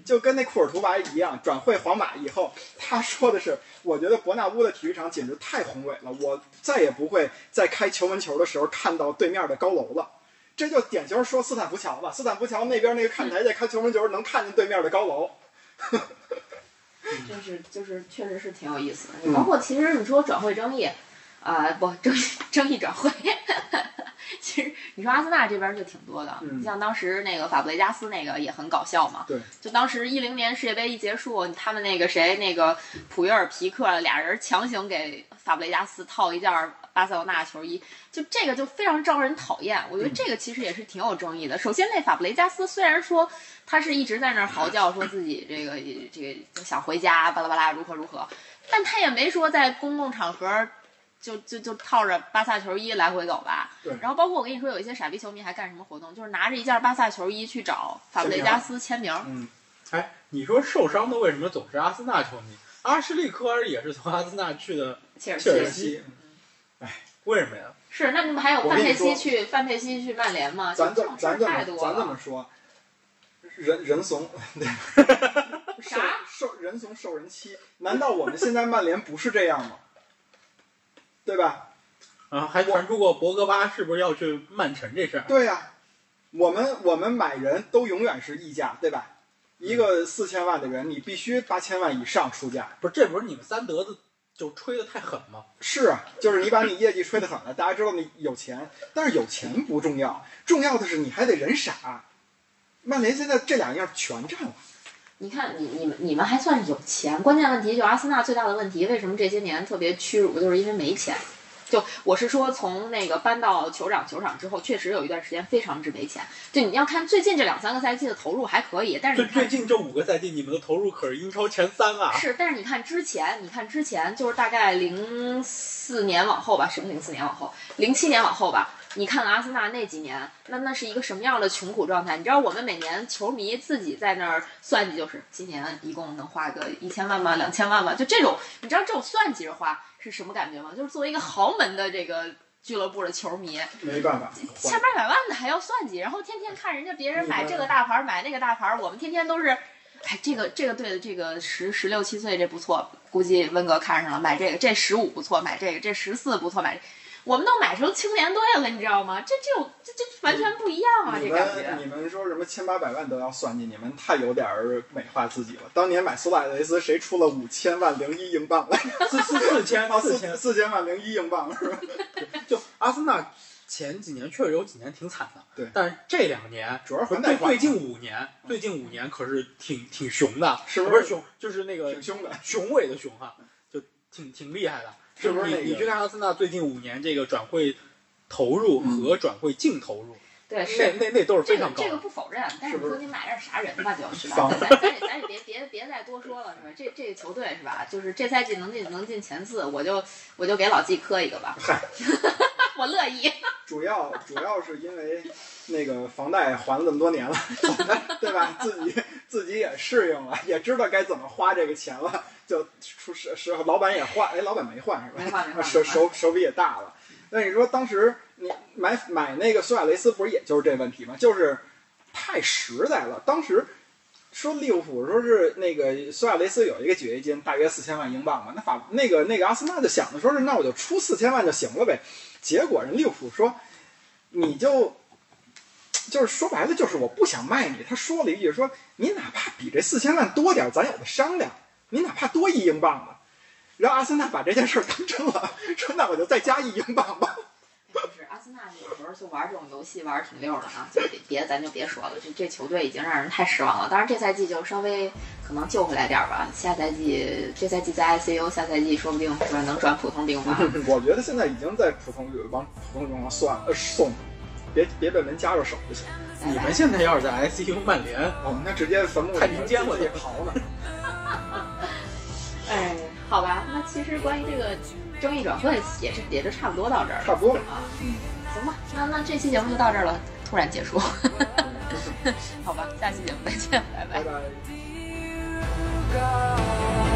Speaker 3: 就跟那库尔图瓦一样，转会皇马以后， 他说的是，我觉得伯纳乌的体育场简直太宏伟了，我再也不会在开球门球的时候看到对面的高楼了。这就典型说斯坦福桥吧，斯坦福桥那边那个看台在开球门球能看见对面的高楼，
Speaker 2: 真是就是确实是挺有意思的。
Speaker 3: 嗯
Speaker 2: 包括其实你说转会争议，啊、不 争议争议转会， 其实你说阿森纳这边就挺多的。
Speaker 3: 嗯
Speaker 2: 你像当时那个法布雷加斯那个也很搞笑嘛。
Speaker 3: 对。
Speaker 2: 就当时一零年世界杯一结束，他们那个谁那个普约尔皮克俩人强行给法布雷加斯套一件巴塞罗那球衣，就这个就非常招人讨厌。我觉得这个其实也是挺有争议的。首先，那法布雷加斯虽然说他是一直在那儿嚎叫，说自己这个这个想回家，巴拉巴拉如何如何，但他也没说在公共场合就就就套着巴萨球衣来回走吧。
Speaker 3: 对
Speaker 2: 然后包括我跟你说，有一些傻逼球迷还干什么活动，就是拿着一件巴萨球衣去找法布雷加斯签名。
Speaker 3: 嗯，
Speaker 4: 哎，你说受伤的为什么总是阿森纳球迷？阿什利科尔也是从阿森纳去的，
Speaker 2: 切尔
Speaker 4: 切尔
Speaker 2: 西
Speaker 4: 西。哎，为什么呀？
Speaker 2: 是，那你不还有
Speaker 3: 我
Speaker 2: 范
Speaker 3: 跟你
Speaker 2: 佩
Speaker 3: 说
Speaker 2: 西去范佩西去曼联吗？
Speaker 3: 咱
Speaker 2: 啊就这
Speaker 3: 怎
Speaker 2: 种事
Speaker 3: 咱
Speaker 2: 儿
Speaker 3: 怎
Speaker 2: 太
Speaker 3: 么
Speaker 2: 多
Speaker 3: 咱
Speaker 2: 了。
Speaker 3: 怎么说？人 人怂，
Speaker 2: 啥
Speaker 3: 受？受人怂受人欺？难道我们现在曼联不是这样吗？对吧？
Speaker 4: 啊，还传出过博格巴是不是要去曼城这事儿？
Speaker 3: 对呀、我们我们买人都永远是溢价，对吧？一个四千万的人，你必须八千万以上出价。
Speaker 4: 不是，这不是你们三德子就吹的太狠吗？
Speaker 3: 是啊，就是你把你业绩吹得狠了，大家知道你有钱，但是有钱不重要，重要的是你还得人傻。曼联现在这两样全占了，
Speaker 2: 你看，你你们你们还算是有钱，关键问题就是阿森纳最大的问题，为什么这些年特别屈辱，就是因为没钱。就我是说，从那个搬到酋长球场之后，确实有一段时间非常之没钱。就你要看最近这两三个赛季的投入还可以，但是
Speaker 4: 最
Speaker 2: 你看
Speaker 4: 最近这五个赛季，你们的投入可是英超前三啊！
Speaker 2: 是，但是你看之前，你看之前就是大概零四年往后吧，什么零四年往后，零七年往后吧。你看阿森纳那几年，那那是一个什么样的穷苦状态？你知道我们每年球迷自己在那儿算计，就是今年一共能花个一千万吗？两千万吗？就这种，你知道这种算计着花是什么感觉吗？就是作为一个豪门的这个俱乐部的球迷，
Speaker 3: 没办法，
Speaker 2: 千八百万的还要算计，然后天天看人家别人买这个大牌儿，买那个大牌儿，我们天天都是，哎，这个这个对的，这个十十六七岁这不错，估计温格看上了，买这个，这十五不错，买这个，这十四不错，买这个，我们都买成青年队了，你知道吗？这这种这这完全不一样啊，
Speaker 3: 你
Speaker 2: 这感
Speaker 3: 们
Speaker 2: 觉。
Speaker 3: 你们说什么千八百万都要算计，你们太有点儿美化自己了。当年买苏亚雷斯，谁出了五千万零一英镑来？
Speaker 4: 四四四千
Speaker 3: 啊，
Speaker 4: 四
Speaker 3: 四
Speaker 4: 千，
Speaker 3: 四千万零一英镑是吧？
Speaker 4: 就阿森纳前几年确实有几年挺惨的，
Speaker 3: 对
Speaker 4: 但是这两年
Speaker 3: 主要是还贷
Speaker 4: 对
Speaker 3: 款
Speaker 4: 对近五年，对近五年可是挺挺熊的，
Speaker 3: 是不
Speaker 4: 不
Speaker 3: 是
Speaker 4: 是熊？就是那个
Speaker 3: 挺凶的。
Speaker 4: 雄伟的雄哈，就挺挺厉害的。
Speaker 3: 是不是
Speaker 4: 就你、
Speaker 3: 那个
Speaker 4: 你去看阿森纳最近五年这个转会投入
Speaker 3: 嗯
Speaker 4: 和转会净投入，
Speaker 2: 对，
Speaker 4: 那
Speaker 2: 哎是
Speaker 4: 那那都是
Speaker 2: 这
Speaker 4: 非
Speaker 2: 个
Speaker 4: 常高啊
Speaker 2: 这
Speaker 4: 的。
Speaker 2: 个不否认，但
Speaker 3: 是
Speaker 2: 是
Speaker 3: 不
Speaker 2: 你
Speaker 3: 是
Speaker 2: 说你买点啥人吧，就是吧
Speaker 3: 防，
Speaker 2: 咱咱也咱也别别别再多说了，是吧？这这球队是吧？就是这赛季能进能进前四，我就我就给老季磕一个吧，
Speaker 3: 嗨，
Speaker 2: 我乐意。
Speaker 3: 主要主要是因为那个房贷还了这么多年了，对吧？自己自己也适应了，也知道该怎么花这个钱了，就出是是老板也换，哎，老板没换是吧？
Speaker 2: 没换没 换
Speaker 3: 手
Speaker 2: 没换
Speaker 3: 手手笔也大了。那你说当时你买买那个苏亚雷斯，不是也就是这问题吗？就是太实在了。当时说利物浦说是那个苏亚雷斯有一个解约金，大约四千万英镑嘛。那法那个那个阿森纳就想着说是那我就出四千万就行了呗。结果人利物浦说你就就是说白了就是我不想卖你。他说了一句说你哪怕比这四千万多点儿，咱有的商量。你哪怕多一英镑吧。然后阿森纳把这件事儿当真了， 说那我就再加一英镑吧。
Speaker 2: 就是阿森纳有时候就玩这种游戏玩儿挺溜儿的啊，就别别咱就别说了，这这球队已经让人太失望了。当然这赛季就稍微可能救回来点儿吧，下赛季这赛季在 ICU，下赛季说不定是吧能转普通病房。
Speaker 3: 我觉得现在已经在普通往普通中上算呃送，别别被门夹着手就行。
Speaker 2: 拜
Speaker 4: 你
Speaker 2: 拜
Speaker 4: 们现在要是在 ICU 曼联，
Speaker 3: 我们那直接坟墓里
Speaker 4: 太民间了
Speaker 3: 自己刨了。
Speaker 2: 哎，好吧，那其实关于这个争议转会也是也就差不多到这儿了
Speaker 3: 差不多了，
Speaker 2: 啊。嗯，行吧，那那这期节目就到这儿了，突然结束。 好吧，下期节目再见，拜拜
Speaker 3: 拜。拜。
Speaker 1: you go.